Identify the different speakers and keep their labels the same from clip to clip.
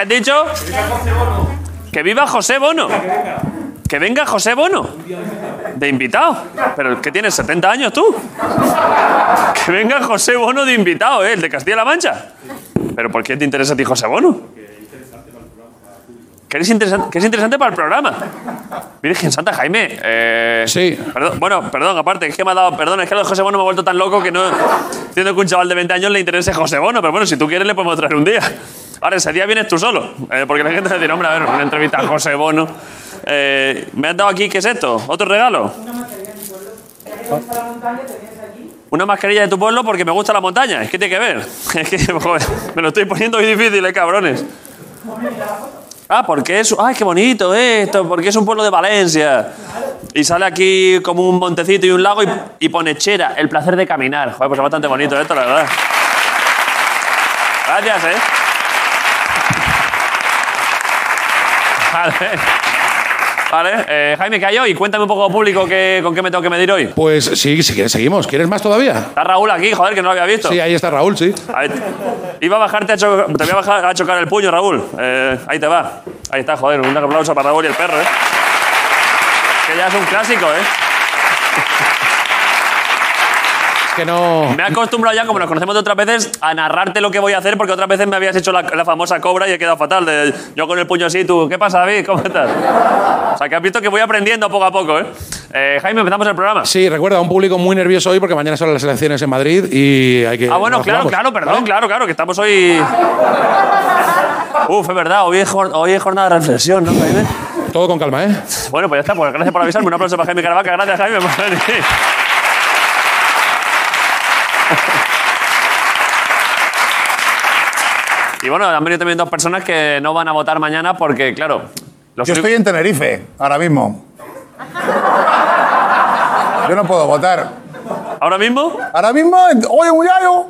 Speaker 1: has dicho? Que viva José Bono. Que venga José Bono. De invitado. Pero que tienes 70 años tú. Que venga José Bono de invitado, ¿eh? el de Castilla-La Mancha. Pero ¿por qué te interesa a ti José Bono? Que, eres interesan- que es interesante para el programa. Virgen Santa Jaime. eh,
Speaker 2: Sí.
Speaker 1: perdón- bueno, perdón, aparte, es que me ha dado. Perdón, es que lo de José Bono me ha vuelto tan loco que no. Entiendo que un chaval de 20 años le interese José Bono, pero bueno, si tú quieres le podemos traer un día. Ahora, ese día vienes tú solo. eh, porque la gente va a decir, hombre, a ver, una entrevista a José Bono. Eh, ¿Me has dado aquí, qué es esto? ¿Otro regalo? Una mascarilla de tu pueblo porque me gusta la montaña. Es que tiene que ver. Es que, joder, me lo estoy poniendo muy difícil, eh, cabrones. Ah, porque es. ¡Ay, qué bonito esto! Porque es un pueblo de Valencia. Y sale aquí como un montecito y un lago y, y pone chera, el placer de caminar. Joder, pues es bastante bonito esto, la verdad. Gracias, ¿eh? Vale. Vale, eh, Jaime, ¿qué hay hoy? Cuéntame un poco, público, qué- con qué me tengo que medir hoy.
Speaker 2: Pues sí, si quieres, seguimos. ¿Quieres más todavía?
Speaker 1: Está Raúl aquí, joder, que no lo había visto.
Speaker 2: Sí, ahí está Raúl, sí.
Speaker 1: A ver, iba a bajarte a chocar, te voy a bajar a chocar el puño, Raúl. Eh, ahí te va. Ahí está, joder, un aplauso para Raúl y el perro, ¿eh? Que ya es un clásico, ¿eh?
Speaker 2: Es que no.
Speaker 1: Me he acostumbrado ya, como nos conocemos de otras veces, a narrarte lo que voy a hacer, porque otras veces me habías hecho la, la famosa cobra y he quedado fatal. de- yo con el puño así, tú, ¿qué pasa, David? ¿Cómo estás? O sea, que has visto que voy aprendiendo poco a poco, ¿eh? Eh, Jaime, empezamos el programa.
Speaker 2: Sí, recuerda, un público muy nervioso hoy porque mañana son las elecciones en Madrid y hay que.
Speaker 1: Ah, bueno,
Speaker 2: nos
Speaker 1: claro,
Speaker 2: jugamos,
Speaker 1: claro, perdón,
Speaker 2: ¿vale?
Speaker 1: claro, claro, que estamos hoy. Uf, es verdad, hoy es, jor- hoy es jornada de reflexión, ¿no, Jaime?
Speaker 2: Todo con calma, ¿eh?
Speaker 1: Bueno, pues ya está. Pues gracias por avisarme. Un aplauso para Jaime Caravaca. Gracias, Jaime, por venir. Y bueno, han venido también dos personas que no van a votar mañana porque, claro... los
Speaker 3: Yo
Speaker 1: únicos-
Speaker 3: estoy en Tenerife, ahora mismo. Yo no puedo votar.
Speaker 1: ¿Ahora mismo?
Speaker 3: Ahora mismo, en- oye, Muyayo,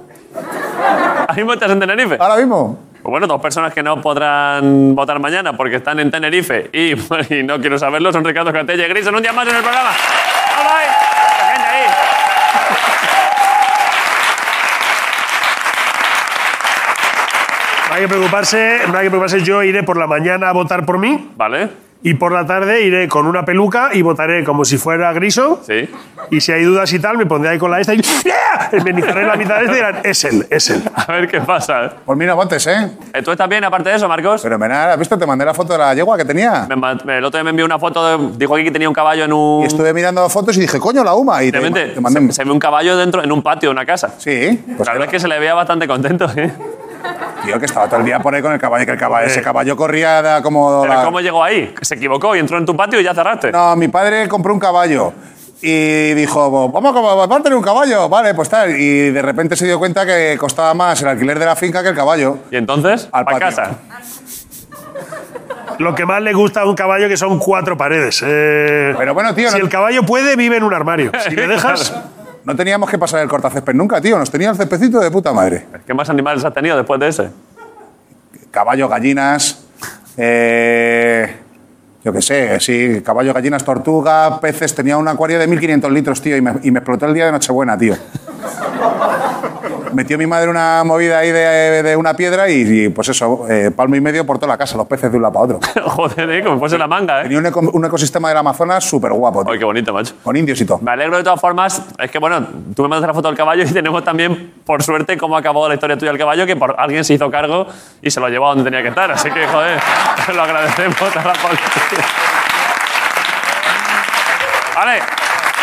Speaker 1: ¿Ahora mismo estás en Tenerife?
Speaker 3: ahora mismo.
Speaker 1: Pues Bueno, dos personas que no podrán votar mañana porque están en Tenerife y, y no quiero saberlo son Ricardo Cantella y Gris. En un día más en el programa. ¡Vamos ahí! ¡La gente ahí!
Speaker 4: No hay que preocuparse, no hay que preocuparse. Yo iré por la mañana a votar por mí
Speaker 1: Vale,
Speaker 4: y por la tarde iré con una peluca y votaré como si fuera Griso.
Speaker 1: sí.
Speaker 4: Y si hay dudas y tal, me pondré ahí con la esta y ¡Yeah! me iniciaré la mitad de este y dirán, es él, es él.
Speaker 1: A ver qué pasa.
Speaker 3: Por mí no votes, ¿eh?
Speaker 1: Eh, ¿Tú estás bien aparte de eso, Marcos?
Speaker 3: Pero menada, ¿has visto? Te mandé la foto de la yegua que tenía.
Speaker 1: Me ma- me- el otro día me envió una foto, de- dijo aquí que tenía un caballo en
Speaker 3: Y
Speaker 1: un...
Speaker 3: estuve mirando fotos y dije, coño, la UMA. Y te,
Speaker 1: Realmente,
Speaker 3: te mandé un-
Speaker 1: se, se ve un caballo dentro, en un patio de una casa.
Speaker 3: Sí, pues
Speaker 1: la verdad es que se le veía bastante contento, ¿eh?
Speaker 3: tío, que estaba todo el día por ahí con el caballo, que el caballo, ese caballo corría da como...
Speaker 1: Pero
Speaker 3: la-
Speaker 1: ¿cómo llegó ahí? ¿Se equivocó y entró en tu patio y ya cerraste?
Speaker 3: No, mi padre compró un caballo y dijo, vamos, a- vamos a tener un caballo, vale, pues tal. Y de repente se dio cuenta que costaba más el alquiler de la finca que el caballo.
Speaker 1: ¿Y entonces?
Speaker 3: Al
Speaker 1: ¿Para
Speaker 3: patio.
Speaker 1: casa?
Speaker 4: Lo que más le gusta a un caballo que son cuatro paredes. Eh,
Speaker 3: Pero bueno, tío,
Speaker 4: si
Speaker 3: no-
Speaker 4: el caballo puede, vive en un armario. Si le dejas,
Speaker 3: No teníamos que pasar el cortacésped nunca, tío. Nos tenía el cepecito de puta madre.
Speaker 1: ¿Qué más animales has tenido después de ese?
Speaker 3: Caballo, gallinas, eh, yo qué sé, sí, caballo, gallinas, tortuga, peces. Tenía un acuario de 1500 litros, tío, y me, y me explotó el día de Nochebuena, tío. Metió mi madre una movida ahí de, de una piedra y, y, pues eso, eh, palmo y medio por toda la casa, los peces de un lado para otro.
Speaker 1: Joder, ¿eh? como fuese la manga, ¿eh?
Speaker 3: Tenía un, eco- un ecosistema del Amazonas súper guapo,
Speaker 1: Ay, qué bonito, macho.
Speaker 3: con indios y todo.
Speaker 1: Me alegro de todas formas. Es que, bueno, tú me mandas la foto del caballo y tenemos también, por suerte, cómo ha acabado la historia tuya del caballo, que por, alguien se hizo cargo y se lo llevó a donde tenía que estar. Así que, joder, te lo agradecemos a la policía. Vale.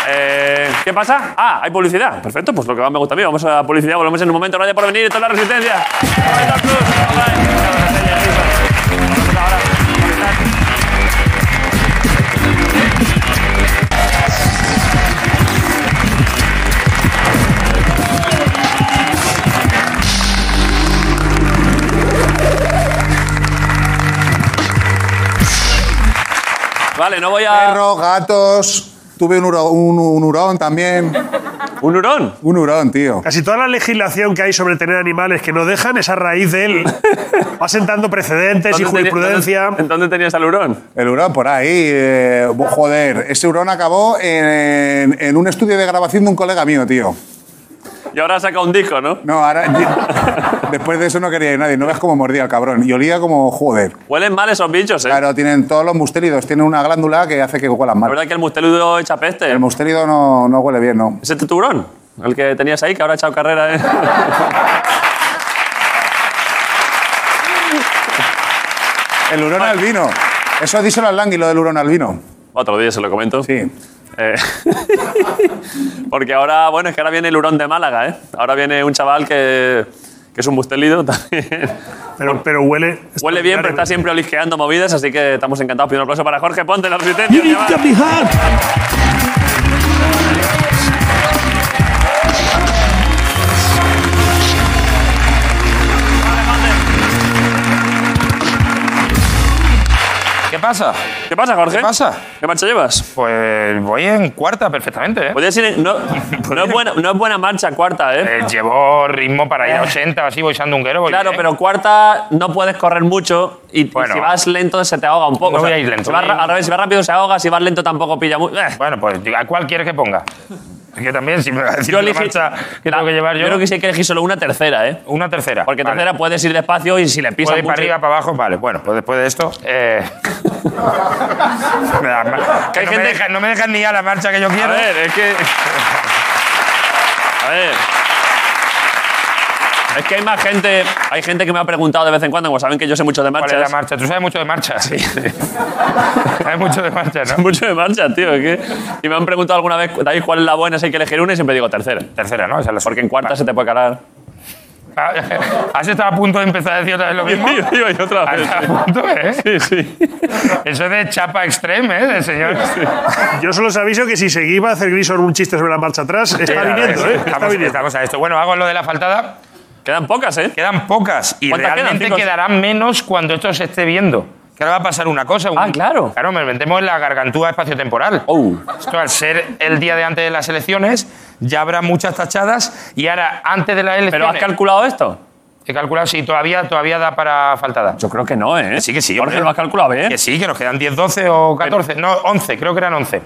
Speaker 1: eh, ¿Qué pasa? Ah, hay publicidad. Perfecto, pues lo que más me gusta a mí. Vamos a la publicidad, volvemos en un momento. Gracias por venir. Esto es La Resistencia. Momento Plus. Vamos ahora. Vale, no voy a...
Speaker 3: Perros, gatos, tuve un, huro- un- un hurón también.
Speaker 1: ¿Un hurón?
Speaker 3: Un hurón, tío.
Speaker 4: casi toda la legislación que hay sobre tener animales que no dejan es a raíz de él. Va sentando precedentes y
Speaker 1: ¿Dónde tenía-
Speaker 4: jurisprudencia.
Speaker 1: ¿Dónde, dónde tenías al hurón?
Speaker 3: El hurón por ahí. eh, bo- joder, ese hurón acabó en, en un estudio de grabación de un colega mío, tío.
Speaker 1: Y ahora saca un disco, ¿no?
Speaker 3: No, ahora. Después de eso no quería ir nadie. No ves cómo mordía el cabrón. Y olía como joder.
Speaker 1: Huelen mal esos bichos, ¿eh?
Speaker 3: Claro, tienen todos los mustélidos. Tienen una glándula que hace que huelan
Speaker 1: La
Speaker 3: mal.
Speaker 1: verdad es que el musteludo echa peste.
Speaker 3: El mustélido no, no huele bien, ¿no?
Speaker 1: Ese tiburón, el que tenías ahí, que ahora ha echado carrera, ¿eh?
Speaker 3: El hurón albino. Eso díselo al Langui, lo del hurón albino.
Speaker 1: Otro día se lo comento.
Speaker 3: Sí.
Speaker 1: Eh, porque ahora, bueno, es que ahora viene el hurón de Málaga, ¿eh? Ahora viene un chaval que, que es un mustelido también.
Speaker 4: Pero, pero huele.
Speaker 1: Huele bien, pero está siempre olisqueando movidas, así que estamos encantados. Pido un aplauso para Jorge Ponte, la resistencia. que va.
Speaker 5: ¿Qué pasa?
Speaker 1: ¿Qué pasa, Jorge?
Speaker 5: ¿Qué pasa?
Speaker 1: ¿Qué marcha llevas?
Speaker 5: Pues voy en cuarta perfectamente, ¿eh?
Speaker 1: Podrías ir en- no, no, es buena, no es buena marcha cuarta, ¿eh?
Speaker 5: Pues Eh, llevo ritmo para ir a 80 o así, voy sandunguero. Voy
Speaker 1: Claro,
Speaker 5: bien.
Speaker 1: pero cuarta no puedes correr mucho y, y
Speaker 5: Bueno.
Speaker 1: si vas lento se te ahoga un poco.
Speaker 5: No voy a ir lento.
Speaker 1: Si vas, ra- al revés, si vas rápido se ahoga, si vas lento tampoco pilla eh. mucho.
Speaker 5: Bueno, pues ¿a cuál quieres que ponga? Es que también, si me vas a decir
Speaker 1: Yo
Speaker 5: la
Speaker 1: elegí-
Speaker 5: marcha que
Speaker 1: La-
Speaker 5: tengo que llevar yo,
Speaker 1: creo que sí hay que elegir solo una tercera, ¿eh?
Speaker 5: una tercera.
Speaker 1: Porque
Speaker 5: Vale.
Speaker 1: tercera puedes ir despacio y si le pisas
Speaker 5: Puedo ir
Speaker 1: mucho...
Speaker 5: para arriba, para abajo, vale. Bueno, pues después de esto. eh, me da mal-
Speaker 1: Que hay
Speaker 5: no,
Speaker 1: gente-
Speaker 5: me dejan, no me dejan ni a la marcha que yo
Speaker 1: A
Speaker 5: quiero.
Speaker 1: ver, es que... A ver... Es que hay más gente... Hay gente que me ha preguntado de vez en cuando, como saben que yo sé mucho de
Speaker 5: ¿Cuál
Speaker 1: marchas.
Speaker 5: es la marcha? Tú sabes mucho de marcha. Sí. sabes mucho de marcha, ¿no?
Speaker 1: mucho de marcha, tío. Es que... Y me han preguntado alguna vez, David, ¿cuál es la buena? Si hay que elegir una y siempre digo tercera.
Speaker 5: Tercera, ¿no? Esa es la
Speaker 1: Porque en cuarta se te puede calar.
Speaker 5: Ah, ¿Has estado a punto de empezar a decir otra vez lo mismo?
Speaker 1: Yo iba yo otra
Speaker 5: ¿Has
Speaker 1: vez.
Speaker 5: estado a punto, eh?
Speaker 1: Sí, sí.
Speaker 5: Eso es de chapa extreme, ¿eh? De señor.
Speaker 4: Yo solo os aviso que si seguís va a hacer Grisor un chiste sobre la marcha atrás,
Speaker 5: Sí,
Speaker 4: está
Speaker 5: la verdad
Speaker 4: viniendo,
Speaker 5: que sí.
Speaker 4: ¿eh? Está
Speaker 5: Estamos,
Speaker 4: viniendo.
Speaker 5: estamos a esto. Bueno, hago lo de la faltada.
Speaker 1: Quedan pocas, ¿eh?
Speaker 5: Quedan pocas y
Speaker 1: ¿Cuántas quedan?
Speaker 5: realmente
Speaker 1: Cinco, seis.
Speaker 5: quedarán menos cuando esto se esté viendo. Que ahora va a pasar una cosa. un-
Speaker 1: Ah, claro.
Speaker 5: Claro, nos metemos en la gargantúa espacio-temporal.
Speaker 1: Oh.
Speaker 5: Esto al ser el día de antes de las elecciones, ya habrá muchas tachadas y ahora, antes de las
Speaker 1: ¿Pero
Speaker 5: elecciones...
Speaker 1: has calculado esto?
Speaker 5: He calculado si todavía, todavía da para faltada.
Speaker 1: Yo creo que no, ¿eh?
Speaker 5: Que sí, que sí,
Speaker 1: Jorge,
Speaker 5: hombre.
Speaker 1: lo has calculado bien.
Speaker 5: Que sí, que nos quedan 10, 12 o 14. No, 11, creo que eran 11.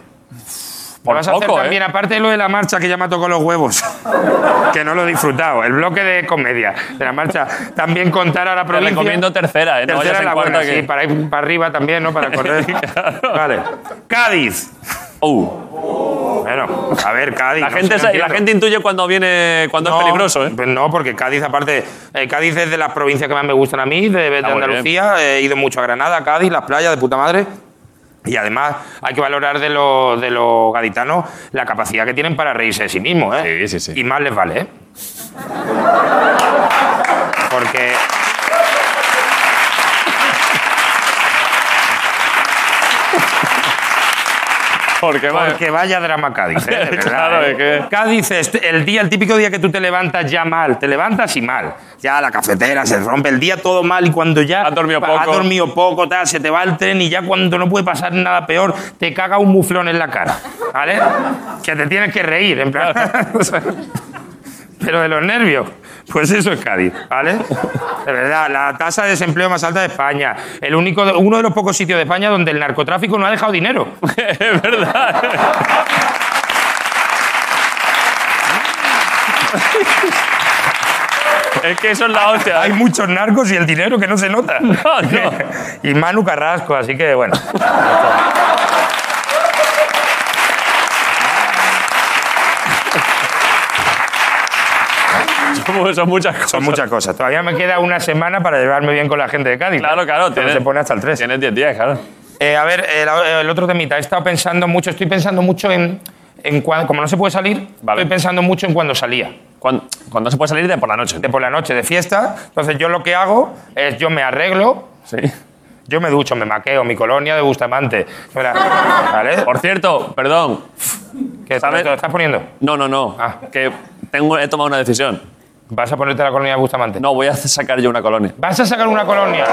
Speaker 1: Por
Speaker 5: Lo vas a
Speaker 1: poco,
Speaker 5: hacer
Speaker 1: ¿eh?
Speaker 5: también, aparte de lo de la marcha que ya me tocó los huevos, que no lo he disfrutado, el bloque de comedia de la marcha, también contar a la
Speaker 1: Te
Speaker 5: provincia.
Speaker 1: recomiendo tercera, ¿eh? No
Speaker 5: Tercera
Speaker 1: vayas
Speaker 5: es
Speaker 1: en
Speaker 5: la
Speaker 1: cuarta
Speaker 5: buena,
Speaker 1: que...
Speaker 5: sí, para ir para arriba también, ¿no? Para correr. Vale. Cádiz.
Speaker 1: Oh.
Speaker 5: Bueno, a ver, Cádiz.
Speaker 1: La,
Speaker 5: no
Speaker 1: gente,
Speaker 5: sé, no
Speaker 1: sa- la
Speaker 5: entiendo.
Speaker 1: gente intuye cuando viene... cuando
Speaker 5: No,
Speaker 1: es peligroso, ¿eh?
Speaker 5: Pues no, porque Cádiz, aparte, eh, Cádiz es de las provincias que más me gustan a mí, de, de
Speaker 1: Ah, muy
Speaker 5: Andalucía. He ido mucho a Granada, a Cádiz, las playas de puta madre. Y además hay que valorar de los de los gaditanos la capacidad que tienen para reírse de sí mismos, ¿eh?
Speaker 1: Sí, sí, sí.
Speaker 5: Y más les vale, ¿eh? Porque.
Speaker 1: Porque, vale.
Speaker 5: Porque vaya drama Cádiz, ¿eh? De verdad,
Speaker 1: Claro,
Speaker 5: ¿eh?
Speaker 1: es que-
Speaker 5: Cádiz es el día, el típico día que tú te levantas ya mal, te levantas y mal. Ya la cafetera se rompe el día todo mal y cuando ya
Speaker 1: Has dormido
Speaker 5: pa-
Speaker 1: poco.
Speaker 5: has dormido poco, tal, se te va el tren y ya cuando no puede pasar nada peor, te caga un muflón en la cara, ¿vale? que te tienes que reír, en plan. Pero de los nervios, pues eso es Cádiz, ¿vale? De verdad, la tasa de desempleo más alta de España, el único, uno de los pocos sitios de España donde el narcotráfico no ha dejado dinero.
Speaker 1: es verdad. es que eso es la hostia.
Speaker 5: Hay muchos narcos y el dinero que no se nota.
Speaker 1: no.
Speaker 5: y Manu Carrasco, así que bueno.
Speaker 1: Son, son muchas cosas.
Speaker 5: Son muchas cosas. Todavía me queda una semana para llevarme bien con la gente de Cádiz.
Speaker 1: Claro, claro.
Speaker 5: Pero
Speaker 1: Tienes,
Speaker 5: se pone hasta el 3.
Speaker 1: Tienes 10 días, claro.
Speaker 5: Eh, a ver, el, el otro temita. He estado pensando mucho, estoy pensando mucho en, en cuan- como no se puede salir,
Speaker 1: Vale.
Speaker 5: estoy pensando mucho en cuando salía.
Speaker 1: Cuando, cuando se puede salir de por la noche.
Speaker 5: De por la noche, de fiesta. Entonces yo lo que hago es yo me arreglo,
Speaker 1: Sí.
Speaker 5: yo me ducho, me maqueo, mi colonia de Bustamante. Mira, ¿Vale?
Speaker 1: Por cierto, perdón.
Speaker 5: ¿Qué te
Speaker 1: ¿sabes?
Speaker 5: lo estás poniendo?
Speaker 1: No, no, no.
Speaker 5: Ah.
Speaker 1: Que tengo, he tomado una decisión.
Speaker 5: ¿Vas a ponerte la colonia de Bustamante?
Speaker 1: No, voy a sacar yo una colonia.
Speaker 5: ¿Vas a sacar una colonia?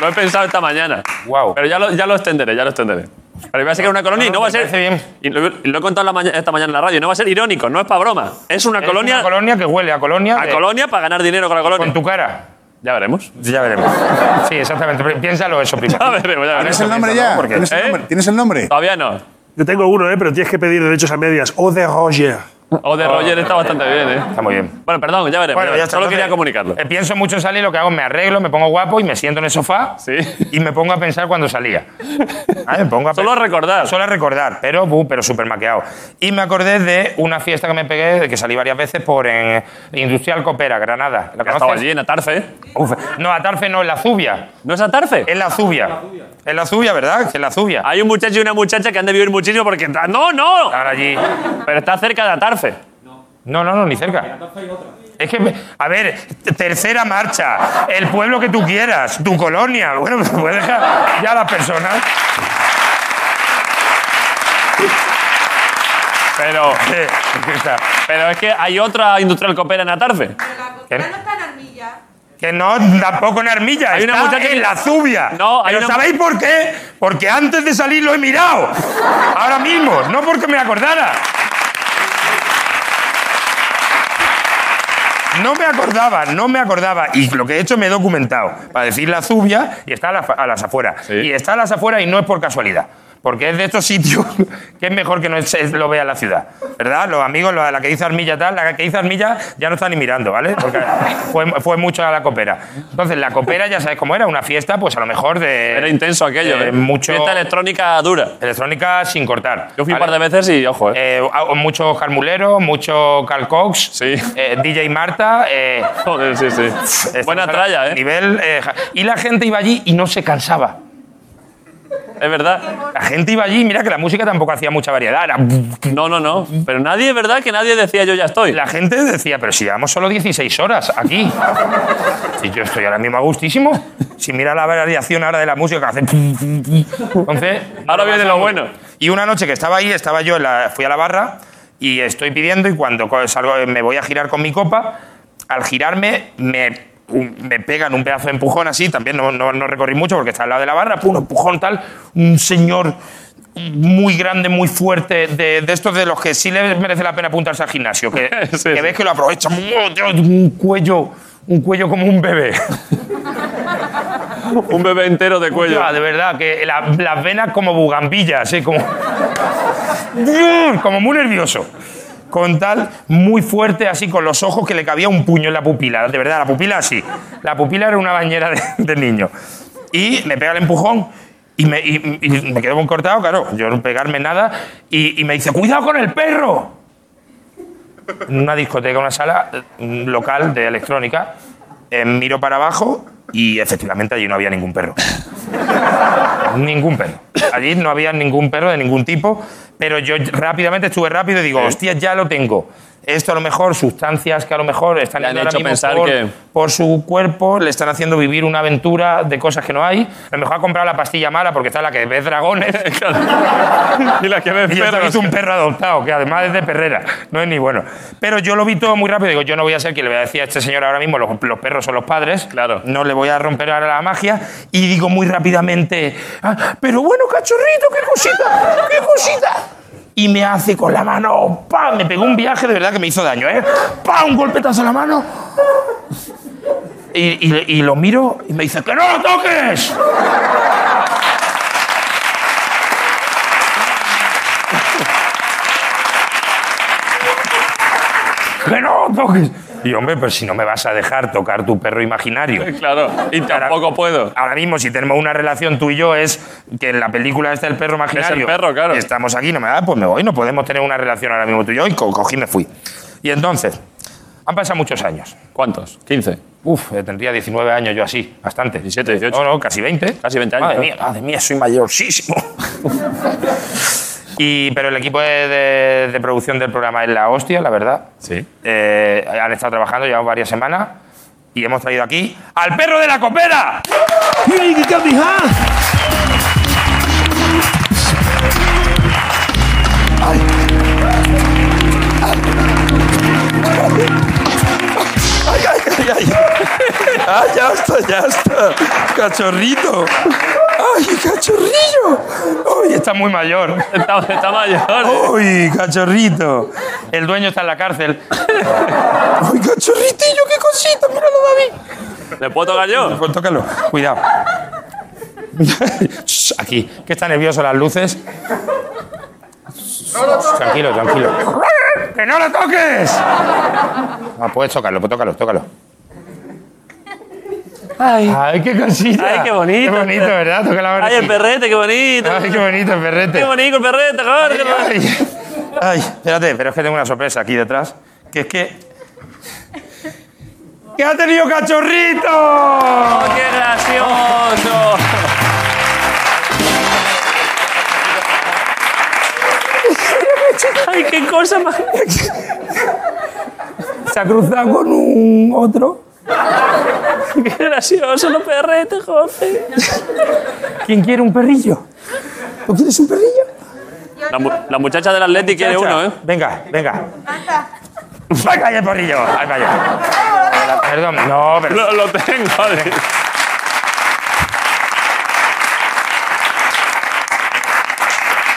Speaker 1: Lo he pensado esta mañana.
Speaker 5: Guau.
Speaker 1: Pero ya lo, ya lo extenderé, ya lo extenderé. Pero voy a sacar una colonia y
Speaker 5: no,
Speaker 1: no va a
Speaker 5: me
Speaker 1: ser.
Speaker 5: parece
Speaker 1: Y lo, y lo he contado la maña- esta mañana en la radio. No va a ser irónico, no es para broma. Es una
Speaker 5: Es
Speaker 1: colonia.
Speaker 5: una colonia que huele a colonia.
Speaker 1: a
Speaker 5: de-
Speaker 1: colonia para ganar dinero con la colonia.
Speaker 5: Con tu cara.
Speaker 1: Ya veremos.
Speaker 5: Ya veremos. Sí, exactamente. Pri- Piénsalo eso primero.
Speaker 1: Ya veremos, ya
Speaker 3: ¿Tienes
Speaker 1: veremos.
Speaker 3: el nombre ya?
Speaker 5: porque-
Speaker 3: ¿Tienes el
Speaker 1: ¿Eh?
Speaker 3: nombre? ¿Tienes el nombre?
Speaker 1: Todavía no.
Speaker 4: Yo tengo uno, ¿eh? pero tienes que pedir derechos a medias. O de Roger.
Speaker 1: O de Roger está bastante bien, ¿eh?
Speaker 5: Oh. Está muy bien.
Speaker 1: Bueno, perdón, ya veremos.
Speaker 5: Bueno, ya está.
Speaker 1: Solo
Speaker 5: Entonces,
Speaker 1: quería comunicarlo.
Speaker 5: eh, pienso mucho en salir, lo que hago es me arreglo, me pongo guapo y me siento en el sofá
Speaker 1: Sí.
Speaker 5: y me pongo a pensar cuando salía. Ah, me pongo a
Speaker 1: Solo a recordar.
Speaker 5: Solo a recordar, pero, bu, pero súper maqueado. Y me acordé de una fiesta que me pegué, de que salí varias veces por en Industrial Copera, Granada. ¿La
Speaker 1: Ya estaba
Speaker 5: conoces?
Speaker 1: allí en Atarfe.
Speaker 5: Uf, No, Atarfe no, en la Zubia.
Speaker 1: ¿No es Atarfe?
Speaker 5: En la Zubia. En la Zubia, ¿verdad? En la Zubia.
Speaker 1: Hay un muchacho y una muchacha que han de vivir muchísimo porque... está- ¡No, no!
Speaker 5: Ahora allí.
Speaker 1: Pero está cerca de Atarfe.
Speaker 5: No, no, no, ni cerca. Es que, me- a ver, t- tercera marcha, el pueblo que tú quieras, tu colonia. Bueno, pues puedes dejar ya las personas.
Speaker 1: Pero,
Speaker 5: Eh, que está-
Speaker 1: pero es que hay otra industrial copera en Atarfe.
Speaker 5: Eh, ¿Qué?
Speaker 6: no está en armilla.
Speaker 5: Que no, tampoco en Armilla,
Speaker 1: Hay una
Speaker 5: está
Speaker 1: muchacha que-
Speaker 5: en la Zubia.
Speaker 1: No, hay
Speaker 5: Pero
Speaker 1: una-
Speaker 5: ¿sabéis por qué? Porque antes de salir lo he mirado. Ahora mismo, no porque me acordara. No me acordaba, no me acordaba. Y lo que he hecho me he documentado. Para decir la Zubia y está a, la- a las afueras.
Speaker 1: Sí.
Speaker 5: Y está a las afueras y no es por casualidad. Porque es de estos sitios que es mejor que no se- lo vea la ciudad. ¿Verdad? Los amigos, la, la que dice Armilla tal, la que dice Armilla ya no está ni mirando, ¿vale? Porque fue, fue mucho a la copera. Entonces, la copera ya sabes cómo era, una fiesta, pues a lo mejor de.
Speaker 1: Era intenso aquello,
Speaker 5: eh,
Speaker 1: ¿eh?
Speaker 5: mucho-
Speaker 1: Fiesta electrónica dura.
Speaker 5: Electrónica sin cortar.
Speaker 1: Yo fui un
Speaker 5: ¿vale?
Speaker 1: par de veces y, ojo, ¿eh?
Speaker 5: Eh, a- mucho Carmulero, mucho Carl Cox,
Speaker 1: Sí.
Speaker 5: eh, DJ Marta. eh,
Speaker 1: Joder, sí, sí.
Speaker 5: Estamos
Speaker 1: Buena
Speaker 5: a-
Speaker 1: tralla, ¿eh?
Speaker 5: Nivel, eh, ja- y la gente iba allí y no se cansaba.
Speaker 1: Es verdad.
Speaker 5: La gente iba allí, mira que la música tampoco hacía mucha variedad. era-
Speaker 1: No, no, no. Pero nadie, es verdad que nadie decía yo ya estoy.
Speaker 5: La gente decía, pero si llevamos solo 16 horas aquí. Y yo estoy ahora mismo a gustísimo. Si mira la variación ahora de la música que hace. Entonces.
Speaker 1: Ahora viene lo bueno.
Speaker 5: Y una noche que estaba ahí, estaba yo, en la- fui a la barra y estoy pidiendo, y cuando co- salgo, me voy a girar con mi copa, al girarme me, un- me pegan un pedazo de empujón así, también no, no, no recorrí mucho porque está al lado de la barra, pum, empujón tal, un señor muy grande, muy fuerte, de, de estos de los que sí les merece la pena apuntarse al gimnasio, que,
Speaker 1: Sí,
Speaker 5: que
Speaker 1: sí.
Speaker 5: ves que lo aprovechan, ¡Oh, Dios! un cuello, un cuello como un bebé.
Speaker 1: Un bebé entero de cuello.
Speaker 5: Ah, de verdad, que la- las venas como bugambillas, ¿eh? como... ¡Dios! como muy nervioso. Con tal, muy fuerte, así, con los ojos que le cabía un puño en la pupila. De verdad, la pupila así. La pupila era una bañera de, de niño. Y me pega el empujón y me, y- y me quedo muy cortado, claro, yo no pegarme nada. Y, y me dice, cuidado con el perro. En una discoteca, una sala, eh, un local de electrónica, eh, miro para abajo y efectivamente allí no había ningún perro. Ningún perro. Allí no había ningún perro de ningún tipo, pero yo rápidamente estuve rápido y digo, hostia, ya lo tengo. Esto a lo mejor, sustancias que a lo mejor están
Speaker 1: Le han
Speaker 5: yendo ahora
Speaker 1: hecho
Speaker 5: mismo
Speaker 1: pensar
Speaker 5: por,
Speaker 1: que-
Speaker 5: por su cuerpo, le están haciendo vivir una aventura de cosas que no hay. A lo mejor ha comprado la pastilla mala porque está la que ves dragones.
Speaker 1: Y la que ve
Speaker 5: Y yo
Speaker 1: perros.
Speaker 5: un perro adoptado, que además es de perrera, no es ni bueno. Pero yo lo vi todo muy rápido, digo, yo no voy a ser quien le voy a decir a este señor ahora mismo, los, los perros son los padres,
Speaker 1: Claro.
Speaker 5: no le voy a romper ahora la magia, y digo muy rápidamente, "Ah, pero bueno, cachorrito, qué cosita, qué cosita. Y me hace con la mano, ¡pam! Me pegó un viaje de verdad que me hizo daño, ¿eh? ¡Pam! Un golpetazo a la mano. Y, y- y lo miro y me dice, ¡que no lo toques! ¡Que no lo toques! Y yo, hombre, pues si no me vas a dejar tocar tu perro imaginario.
Speaker 1: Claro. Y tampoco puedo.
Speaker 5: Ahora mismo, si tenemos una relación tú y yo, es que en la película está el perro imaginario.
Speaker 1: Es el perro, claro.
Speaker 5: Estamos aquí, no me da, pues me voy, no podemos tener una relación ahora mismo tú y yo, y co- cogí y me fui. Y entonces, han pasado muchos años.
Speaker 1: ¿Cuántos? 15.
Speaker 5: Uf, eh, tendría 19 años yo así, bastante.
Speaker 1: 17, 18.
Speaker 5: No, no, casi 20.
Speaker 1: Casi 20 años,
Speaker 5: Madre
Speaker 1: ¿no?
Speaker 5: mía, madre mía, soy mayorsísimo. y, pero el equipo de, de- de producción del programa es la hostia, la verdad.
Speaker 1: Sí.
Speaker 5: Eh, han estado trabajando, llevamos varias semanas. Y hemos traído aquí al perro de la copera.
Speaker 7: ¡Ah, ya está, ya está! ¡Cachorrito! ¡Ay, cachorrillo!
Speaker 5: Y está muy mayor.
Speaker 1: Está, está mayor.
Speaker 5: ¡Uy, cachorrito! El dueño está en la cárcel.
Speaker 7: ¡Ay, cachorritillo, qué cosita! ¡Míralo, David!
Speaker 1: ¿Le puedo tocar yo?
Speaker 5: Pues tócalo, cuidado. Shh, Aquí, que está nervioso las luces. Tranquilo, tranquilo. ¡Que no lo toques! Ah, puedes tocarlo, pues tócalo, tócalo. Ay, qué cosita.
Speaker 1: Ay, qué bonito.
Speaker 5: Qué bonito, ¿verdad? Toca la
Speaker 1: ¡Ay, el perrete, qué bonito!
Speaker 5: Ay, qué bonito el perrete.
Speaker 1: ¡Qué bonito el perrete, Jorge!
Speaker 5: Ay, ay, espérate, pero es que tengo una sorpresa aquí detrás. Que es que. ¡Que ha tenido cachorrito!
Speaker 1: ¡Qué gracioso! ¡Ay, qué cosa más!
Speaker 5: Se ha cruzado con un otro.
Speaker 1: ¡Qué gracioso los perretes, Jorge!
Speaker 5: ¿Quién quiere un perrillo? ¿Tú quieres un perrillo?
Speaker 1: La, mu- la muchacha del Atleti quiere
Speaker 5: Chacha.
Speaker 1: uno, ¿eh?
Speaker 5: Venga, venga. ¡Venga, ya el perrillo! ¡Ay, vaya! Perdón, no, pero.
Speaker 1: Lo, lo tengo.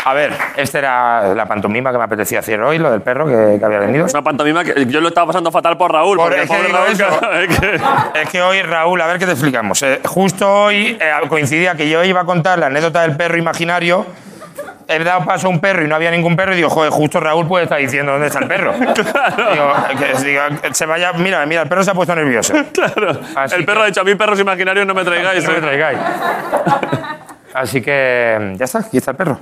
Speaker 5: A ver, esta era la pantomima que me apetecía hacer hoy, lo del perro que, que había venido.
Speaker 1: Es una pantomima que yo lo estaba pasando fatal por Raúl.
Speaker 5: Por-
Speaker 1: porque
Speaker 5: es que
Speaker 1: pobre
Speaker 5: digo
Speaker 1: Raúl,
Speaker 5: eso.
Speaker 1: claro, es que-
Speaker 5: Es que hoy, Raúl, a ver qué te explicamos. Eh, justo hoy eh, coincidía que yo iba a contar la anécdota del perro imaginario. He dado paso a un perro y no había ningún perro y digo, joder, justo Raúl puede estar diciendo dónde está el perro. Digo, que- digo, que se vaya, mira, mira, el perro se ha puesto nervioso.
Speaker 1: claro.
Speaker 5: Así
Speaker 1: el perro ha dicho: a mí, perros imaginarios, no me traigáis.
Speaker 5: No me
Speaker 1: ¿eh?".
Speaker 5: traigáis. Así que ya está, aquí está el perro.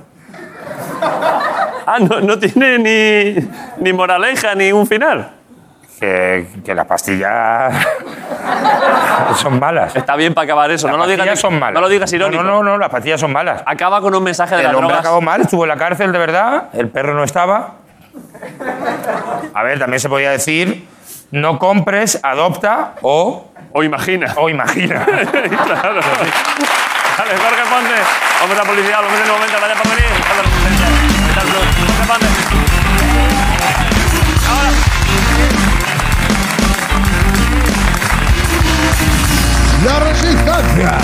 Speaker 1: Ah, no, no tiene ni, ni moraleja ni un final.
Speaker 5: Que, que las pastillas son malas.
Speaker 1: Está bien para acabar eso.
Speaker 5: Las
Speaker 1: no, lo digas,
Speaker 5: pastillas son malas.
Speaker 1: no lo digas irónico.
Speaker 5: No, no, no, las pastillas son malas.
Speaker 1: Acaba con un mensaje de
Speaker 5: El
Speaker 1: las
Speaker 5: hombre
Speaker 1: drogas.
Speaker 5: acabó mal, estuvo en la cárcel de verdad, el perro no estaba. A ver, también se podía decir, no compres, adopta o,
Speaker 1: O imagina.
Speaker 5: o imagina.
Speaker 1: claro. Vale, Jorge Ponte. Hombre, la policía, lo en un momento. Gracias por venir. Hasta la resistencia. Hasta el club. Jorge Ponte.
Speaker 6: La resistencia.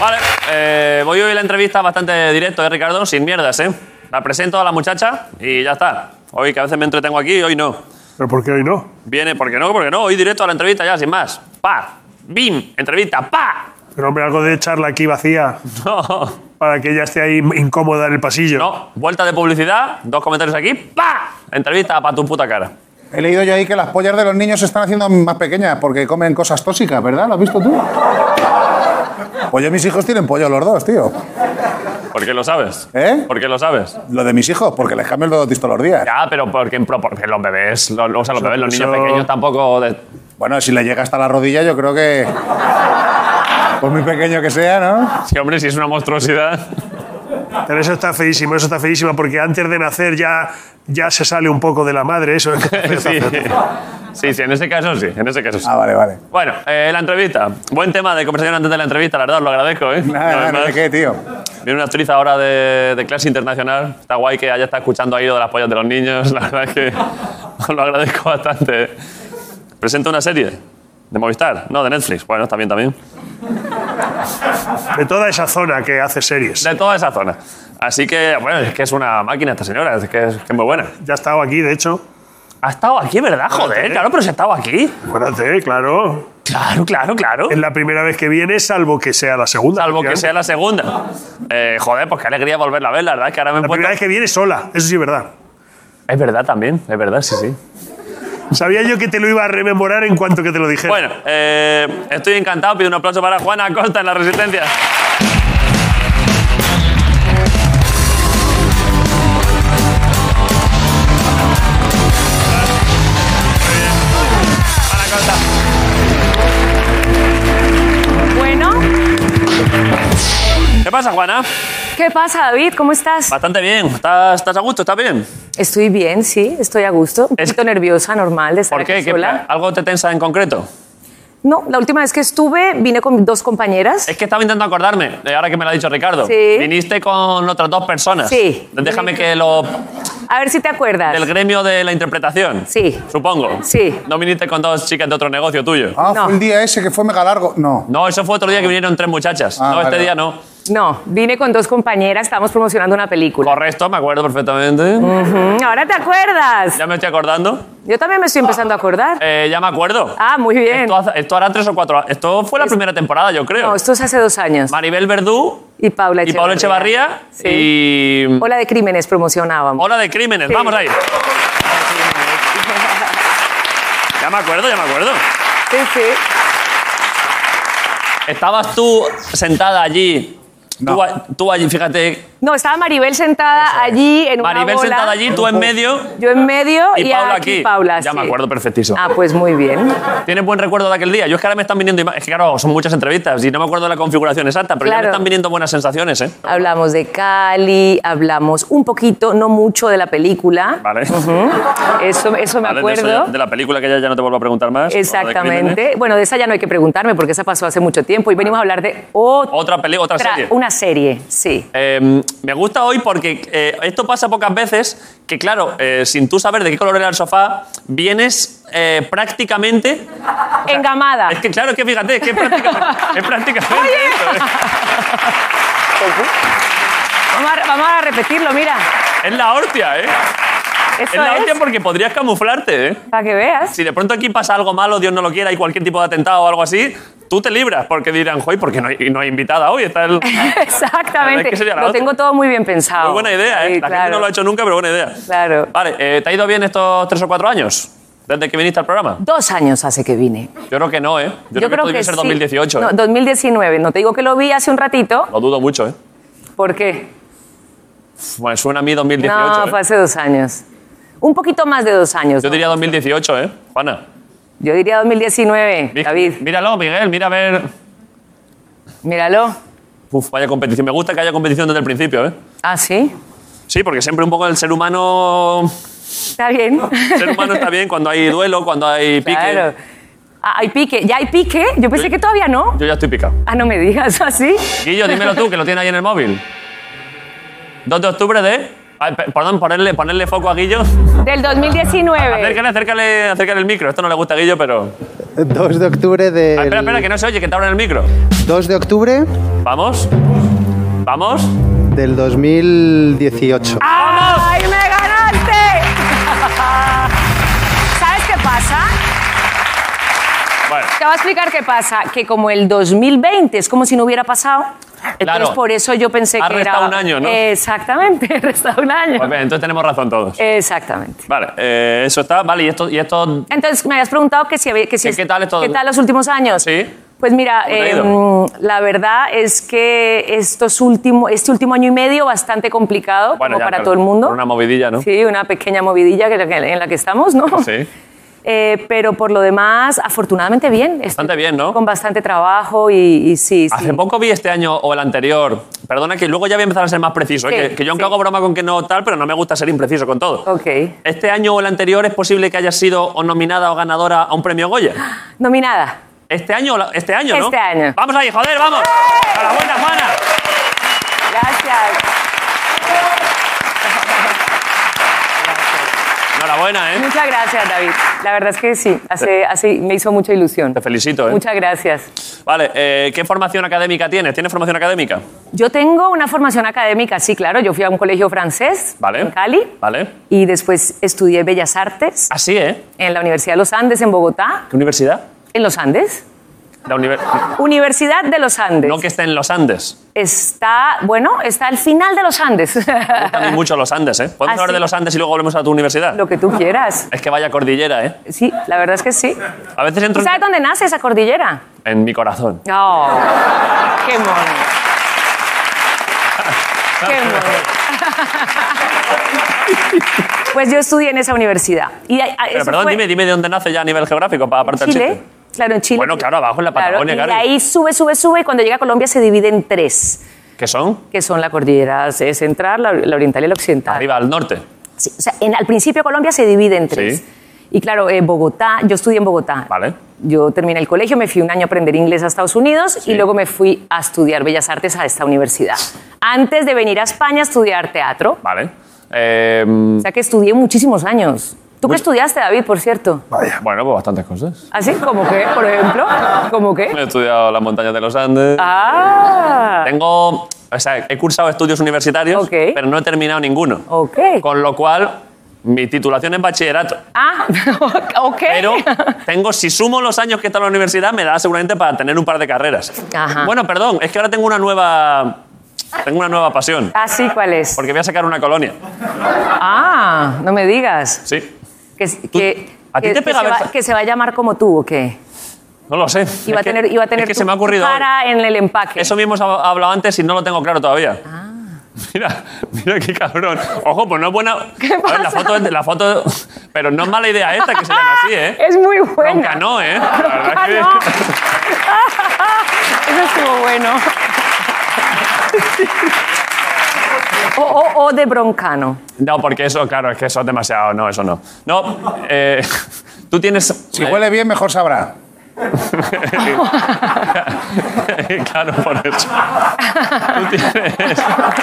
Speaker 1: Vale, eh, voy hoy la entrevista bastante directo, ¿eh, Ricardo? Sin mierdas, ¿eh? La presento a la muchacha y ya está. Hoy, que a veces me entretengo aquí, hoy no.
Speaker 4: ¿Pero por qué hoy no?
Speaker 1: Viene, porque no, porque no. Hoy directo a la entrevista ya, sin más. ¡Pa! ¡Bim! Entrevista, ¡pa!
Speaker 4: Pero hombre, algo de charla aquí vacía
Speaker 1: No,
Speaker 4: para que ella esté ahí incómoda en el pasillo.
Speaker 1: no. Vuelta de publicidad, dos comentarios aquí, ¡pa! Entrevista para tu puta cara.
Speaker 3: He leído yo ahí que las pollas de los niños se están haciendo más pequeñas porque comen cosas tóxicas, ¿verdad? ¿Lo has visto tú? Pues yo mis hijos tienen pollo los dos, tío.
Speaker 1: ¿Por qué lo sabes?
Speaker 3: ¿Eh?
Speaker 1: ¿Por qué lo sabes?
Speaker 3: Lo de mis hijos, porque les cambio el dos todos los días.
Speaker 1: Ya, pero porque en proporción los bebés, los, o sea, los bebés, los niños
Speaker 4: eso-
Speaker 1: pequeños tampoco. de-
Speaker 3: Bueno, si le llega hasta la rodilla, yo creo que. Por muy pequeño que sea, ¿no?
Speaker 1: Sí, hombre, si es una monstruosidad.
Speaker 4: Pero eso está feísimo, eso está feísimo, porque antes de nacer ya, ya se sale un poco de la madre, eso.
Speaker 1: sí. sí, sí, en ese caso sí, en ese caso sí.
Speaker 3: Ah, vale, vale.
Speaker 1: Bueno, eh, la entrevista. Buen tema de conversación antes de la entrevista, la verdad, os lo agradezco, ¿eh? Una
Speaker 3: Nada,
Speaker 1: vez
Speaker 3: nada, no
Speaker 1: más.
Speaker 3: sé qué, tío.
Speaker 1: Viene una actriz ahora de, de clase internacional. Está guay que haya estado escuchando ahí lo de las pollas de los niños. La verdad es que os lo agradezco bastante. Presento una serie. ¿De Movistar? No, de Netflix. Bueno, está bien también.
Speaker 4: De toda esa zona que hace series.
Speaker 1: De toda esa zona. Así que, bueno, es que es una máquina esta señora. Es que es, que es muy buena.
Speaker 4: Ya ha estado aquí, de hecho.
Speaker 1: Ha estado aquí, ¿verdad? Joder, claro, pero si ha estado aquí.
Speaker 4: Acuérdate, claro.
Speaker 1: Claro, claro, claro.
Speaker 4: Es la primera vez que viene, salvo que sea la segunda.
Speaker 1: Salvo que
Speaker 4: efectivamente.
Speaker 1: sea la segunda. Eh, joder, pues qué alegría volverla a ver. La verdad es que ahora me he
Speaker 4: La
Speaker 1: puesto-
Speaker 4: primera vez que viene sola, eso sí es verdad.
Speaker 1: Es verdad también, es verdad, sí, sí.
Speaker 4: Sabía yo que te lo iba a rememorar en cuanto que te lo dijera.
Speaker 1: Bueno, eh, estoy encantado. Pido un aplauso para Juana Acosta en La Resistencia. Juana Acosta.
Speaker 8: Bueno,
Speaker 1: ¿Qué pasa, Juana?
Speaker 8: ¿qué pasa, David? ¿Cómo estás?
Speaker 1: Bastante bien. ¿Estás, estás a gusto? ¿Estás bien?
Speaker 8: Estoy bien, sí, estoy a gusto. Un
Speaker 1: Es-
Speaker 8: poquito nerviosa, normal, de estar
Speaker 1: ¿Por qué?
Speaker 8: aquí
Speaker 1: ¿Qué-
Speaker 8: sola.
Speaker 1: ¿Algo te tensa en concreto?
Speaker 8: No, la última vez que estuve vine con dos compañeras.
Speaker 1: Es que estaba intentando acordarme, eh, ahora que me lo ha dicho Ricardo.
Speaker 8: Sí.
Speaker 1: Viniste con otras dos personas.
Speaker 8: Sí.
Speaker 1: Déjame que lo.
Speaker 8: A ver si te acuerdas.
Speaker 1: Del gremio de la interpretación.
Speaker 8: Sí.
Speaker 1: Supongo.
Speaker 8: Sí.
Speaker 1: No viniste con dos chicas de otro negocio tuyo.
Speaker 3: Ah,
Speaker 8: No.
Speaker 3: fue el día ese que fue mega largo. No.
Speaker 1: No, eso fue otro día que vinieron tres muchachas.
Speaker 3: Ah,
Speaker 1: no, este
Speaker 3: vale.
Speaker 1: día no.
Speaker 8: No, vine con dos compañeras, estábamos promocionando una película.
Speaker 1: Correcto, me acuerdo perfectamente.
Speaker 8: Mm, Ahora te acuerdas.
Speaker 1: Ya me estoy acordando.
Speaker 8: Yo también me estoy empezando a acordar.
Speaker 1: Eh, ya me acuerdo.
Speaker 8: Ah, muy bien.
Speaker 1: Esto, hace- esto hará tres o cuatro. Esto fue la primera temporada, yo creo.
Speaker 8: No, esto es hace dos años.
Speaker 1: Maribel Verdú
Speaker 8: Y Paula
Speaker 1: y Pablo Echevarría y.
Speaker 8: Hola de Crímenes promocionábamos.
Speaker 1: Ola de crímenes.
Speaker 8: Sí.
Speaker 1: Vamos ahí. Ya me acuerdo, ya me acuerdo.
Speaker 8: Sí, sí.
Speaker 1: Estabas tú sentada allí.
Speaker 3: No.
Speaker 1: Tú, a- tú allí, fíjate.
Speaker 8: No, estaba Maribel sentada allí en una
Speaker 1: Maribel
Speaker 8: bola.
Speaker 1: sentada allí, tú en medio.
Speaker 8: Yo en medio
Speaker 1: Y
Speaker 8: y,
Speaker 1: Paula
Speaker 8: aquí,
Speaker 1: aquí.
Speaker 8: Paula.
Speaker 1: Ya me
Speaker 8: sí.
Speaker 1: acuerdo perfectísimo.
Speaker 8: Ah, pues muy bien.
Speaker 1: Tienes buen recuerdo de aquel día. Yo es que ahora me están viniendo. ima- Es que claro, son muchas entrevistas y no me acuerdo de la configuración exacta, pero ya me
Speaker 8: Claro.
Speaker 1: están viniendo buenas sensaciones, ¿eh?
Speaker 8: Hablamos de Cali, hablamos un poquito, no mucho, de la película.
Speaker 1: Vale.
Speaker 8: Eso, eso
Speaker 1: Vale,
Speaker 8: me
Speaker 1: de, eso
Speaker 8: acuerdo.
Speaker 1: ya- de la película que ya, ya no te vuelvo a preguntar más. Ola de ¿eh? crímenes.
Speaker 8: Exactamente. Bueno, de esa ya no hay que preguntarme porque esa pasó hace mucho tiempo y venimos a hablar de otra,
Speaker 1: Otra peli, otra serie.
Speaker 8: una serie, sí.
Speaker 1: Eh, me gusta hoy porque eh, esto pasa pocas veces, que claro, eh, sin tú saber de qué color era el sofá, vienes eh, prácticamente...
Speaker 8: Engamada.
Speaker 1: Es que claro, es que fíjate, es que es práctica- es prácticamente... esto, ¿eh?
Speaker 8: Vamos a, vamos a repetirlo, mira.
Speaker 1: Es la hostia, ¿eh? Es
Speaker 8: Eso
Speaker 1: la
Speaker 8: es,
Speaker 1: hostia porque podrías camuflarte, ¿eh?
Speaker 8: para que veas.
Speaker 1: Si de pronto aquí pasa algo malo, Dios no lo quiera, y cualquier tipo de atentado o algo así, tú te libras, porque dirán, joy, porque no hay, y no hay invitada hoy, está el... Es
Speaker 8: Exactamente.
Speaker 1: que sería la
Speaker 8: Lo
Speaker 1: otra.
Speaker 8: tengo todo muy bien pensado.
Speaker 1: Muy buena idea, ¿eh?
Speaker 8: Sí,
Speaker 1: la gente
Speaker 8: claro.
Speaker 1: no lo ha hecho nunca, pero buena idea.
Speaker 8: Claro.
Speaker 1: Vale, eh, ¿te ha ido bien estos tres o cuatro años? Desde que viniste al programa.
Speaker 8: Dos años hace que vine.
Speaker 1: Yo creo que no, ¿eh? Yo, creo, que podría ser
Speaker 8: sí.
Speaker 1: 2018.
Speaker 8: No,
Speaker 1: ¿eh?
Speaker 8: 2019. No te digo que lo vi hace un ratito.
Speaker 1: Lo dudo mucho, ¿eh?
Speaker 8: ¿Por qué?
Speaker 1: Uf, Me suena a mí 2018.
Speaker 8: no, pues
Speaker 1: ¿eh?
Speaker 8: fue hace dos años. Un poquito más de dos años.
Speaker 1: Yo
Speaker 8: ¿no?
Speaker 1: diría 2018, ¿eh? Juana.
Speaker 8: Yo diría 2019.
Speaker 1: mi-
Speaker 8: David,
Speaker 1: Míralo, Miguel, mira a ver.
Speaker 8: míralo.
Speaker 1: Uf, vaya competición. Me gusta que haya competición desde el principio, ¿eh?
Speaker 8: Ah, sí.
Speaker 1: Sí, porque siempre un poco el ser humano.
Speaker 8: Está bien.
Speaker 1: El ser humano está bien cuando hay duelo, cuando hay pique.
Speaker 8: Claro. Ah, hay pique. ¿Ya hay pique? Yo pensé que todavía no.
Speaker 1: Yo ya estoy picado.
Speaker 8: Ah, no me digas así.
Speaker 1: Guillo, dímelo tú, que lo tienes ahí en el móvil. 2 de octubre de. Ay, pe- perdón, ponerle, ponerle foco a Guillo.
Speaker 8: Del 2019.
Speaker 1: Acércale, acércale, acércale el micro. Esto no le gusta a Guillo, pero.
Speaker 9: 2 de octubre de.
Speaker 1: Ah, espera, espera, que no se oye, que te abran el micro.
Speaker 9: 2 de octubre
Speaker 1: Vamos. Vamos.
Speaker 9: del 2018.
Speaker 8: ¡Ay, me ganaste! ¿Sabes qué pasa?
Speaker 1: Vale.
Speaker 8: Te voy a explicar qué pasa. Que como el 2020 es como si no hubiera pasado. Entonces,
Speaker 1: Claro.
Speaker 8: por eso yo pensé
Speaker 1: Ha
Speaker 8: que
Speaker 1: restado
Speaker 8: era...
Speaker 1: un año, ¿no?
Speaker 8: Exactamente, resta un año.
Speaker 1: Pues bien, entonces tenemos razón todos.
Speaker 8: Exactamente.
Speaker 1: Vale, eh, eso está. Vale, y esto. Y esto
Speaker 8: Entonces, me habías preguntado que si, había- que si
Speaker 1: ¿Qué- qué tal estos-
Speaker 8: ¿Qué tal los últimos años?
Speaker 1: Sí.
Speaker 8: Pues mira,
Speaker 1: ¿Cómo te ha
Speaker 8: eh,
Speaker 1: ido?
Speaker 8: la verdad es que estos último, este último año y medio bastante complicado como
Speaker 1: ya,
Speaker 8: para
Speaker 1: claro,
Speaker 8: todo el mundo.
Speaker 1: por Una movidilla, ¿no?
Speaker 8: Sí, una pequeña movidilla que- que- en la que estamos, ¿no?
Speaker 1: Sí.
Speaker 8: Eh, pero por lo demás, afortunadamente bien. Estoy
Speaker 1: Bastante bien, ¿no?
Speaker 8: Con bastante trabajo y, y sí, sí.
Speaker 1: Hace poco vi este año o el anterior. Perdona que luego ya voy a empezar a ser más preciso. ¿eh?
Speaker 8: Sí,
Speaker 1: que, que yo aunque
Speaker 8: sí.
Speaker 1: hago broma con que no tal, pero no me gusta ser impreciso con todo.
Speaker 8: Ok.
Speaker 1: Este año o el anterior es posible que hayas sido o nominada o ganadora a un premio Goya.
Speaker 8: Nominada.
Speaker 1: Este año, o la- este año, ¿no?
Speaker 8: Este año.
Speaker 1: Vamos ahí, joder, vamos. A la buena, Juana.
Speaker 8: Gracias.
Speaker 1: Enhorabuena, ¿eh?
Speaker 8: Muchas gracias, David. La verdad es que sí, hace, hace- me hizo mucha ilusión.
Speaker 1: Te felicito, ¿eh?
Speaker 8: Muchas gracias.
Speaker 1: Vale, eh, ¿qué formación académica tienes? ¿Tienes formación académica?
Speaker 8: Yo tengo una formación académica, sí, claro. Yo fui a un colegio francés
Speaker 1: Vale.
Speaker 8: en Cali
Speaker 1: Vale.
Speaker 8: y después estudié Bellas Artes
Speaker 1: Así, ¿eh?
Speaker 8: en la Universidad de los Andes en Bogotá.
Speaker 1: ¿Qué universidad?
Speaker 8: ¿En los Andes?
Speaker 1: La univer-
Speaker 8: Universidad de los Andes.
Speaker 1: No que esté en los Andes.
Speaker 8: Está, bueno, está al final de los Andes.
Speaker 1: Me gustan a mí mucho los Andes, ¿eh? ¿Podemos
Speaker 8: Ah,
Speaker 1: hablar
Speaker 8: sí.
Speaker 1: de los Andes y luego volvemos a tu universidad?
Speaker 8: Lo que tú quieras.
Speaker 1: Es que vaya cordillera, ¿eh?
Speaker 8: Sí, la verdad es que sí.
Speaker 1: A veces entro en-
Speaker 8: ¿Tú sabes dónde nace esa cordillera?
Speaker 1: en mi corazón.
Speaker 8: No. qué mono. Qué mono. Pues yo estudié en esa universidad. Y, a- a-
Speaker 1: Pero
Speaker 8: eso
Speaker 1: perdón,
Speaker 8: fue-
Speaker 1: dime, dime de dónde nace ya a nivel geográfico, para aparte el
Speaker 8: Chile.
Speaker 1: chiste.
Speaker 8: Claro, en Chile.
Speaker 1: Bueno, claro, abajo en la Patagonia,
Speaker 8: y
Speaker 1: claro.
Speaker 8: de ahí sube, sube, sube y cuando llega a Colombia se divide en tres,
Speaker 1: ¿Qué son?
Speaker 8: que son la cordillera eh, central, la, la oriental y la occidental.
Speaker 1: Arriba, al norte.
Speaker 8: Sí, o sea, en- al principio Colombia se divide en tres.
Speaker 1: Sí.
Speaker 8: Y claro, eh, Bogotá, yo estudié en Bogotá.
Speaker 1: Vale.
Speaker 8: Yo terminé el colegio, me fui un año a aprender inglés a Estados Unidos y luego me fui a estudiar Bellas Artes a esta universidad. Antes de venir a España a estudiar teatro.
Speaker 1: Vale. Em,
Speaker 10: Eh,
Speaker 8: O sea que estudié muchísimos años. ¿Tú qué estudiaste, David, por cierto?
Speaker 10: bueno, pues bastantes cosas.
Speaker 8: ¿Así? ¿Como qué, por ejemplo? ¿Como qué?
Speaker 10: He estudiado las montañas de los Andes.
Speaker 8: Ah,
Speaker 1: Tengo. O sea, he cursado estudios universitarios,
Speaker 8: Ok.
Speaker 1: pero no he terminado ninguno.
Speaker 8: ok.
Speaker 1: Con lo cual, mi titulación es bachillerato.
Speaker 8: Ah, ok.
Speaker 1: Pero tengo, si sumo los años que está en la universidad, me da seguramente para tener un par de carreras.
Speaker 8: Ajá.
Speaker 1: Bueno, perdón, es que ahora tengo una nueva. Tengo una nueva pasión.
Speaker 8: Ah, sí, ¿cuál es?
Speaker 1: Porque voy a sacar una colonia.
Speaker 8: Ah, no me digas.
Speaker 1: Sí.
Speaker 8: Que, que,
Speaker 1: ¿a ti
Speaker 8: que-
Speaker 1: te
Speaker 8: que
Speaker 1: pega
Speaker 8: se
Speaker 1: ver-
Speaker 8: va, que se va a llamar como tú, ¿o qué?
Speaker 1: No lo sé. Es
Speaker 8: Iba a
Speaker 1: que-
Speaker 8: tener, iba a tener
Speaker 1: es que
Speaker 8: tu-
Speaker 1: se me ha
Speaker 8: tu
Speaker 1: ocurrido. hoy.
Speaker 8: cara en el empaque.
Speaker 1: Eso mismo se ha hablado antes y no lo tengo claro todavía.
Speaker 8: Ah.
Speaker 1: Mira, mira qué cabrón. Ojo, pues no es buena. A ver, la foto, es de- la foto. Pero no es mala idea esta que se llama así, ¿eh?
Speaker 8: Es muy buena.
Speaker 1: Nunca no, ¿eh? La verdad
Speaker 8: Ah,
Speaker 1: que-
Speaker 8: no. Eso estuvo bueno. O, o- o de broncano.
Speaker 1: No, porque eso, claro, es que eso es demasiado. No, eso no. No, eh, tú tienes.
Speaker 3: Si huele bien, mejor sabrá.
Speaker 1: claro, por eso. Tú tienes.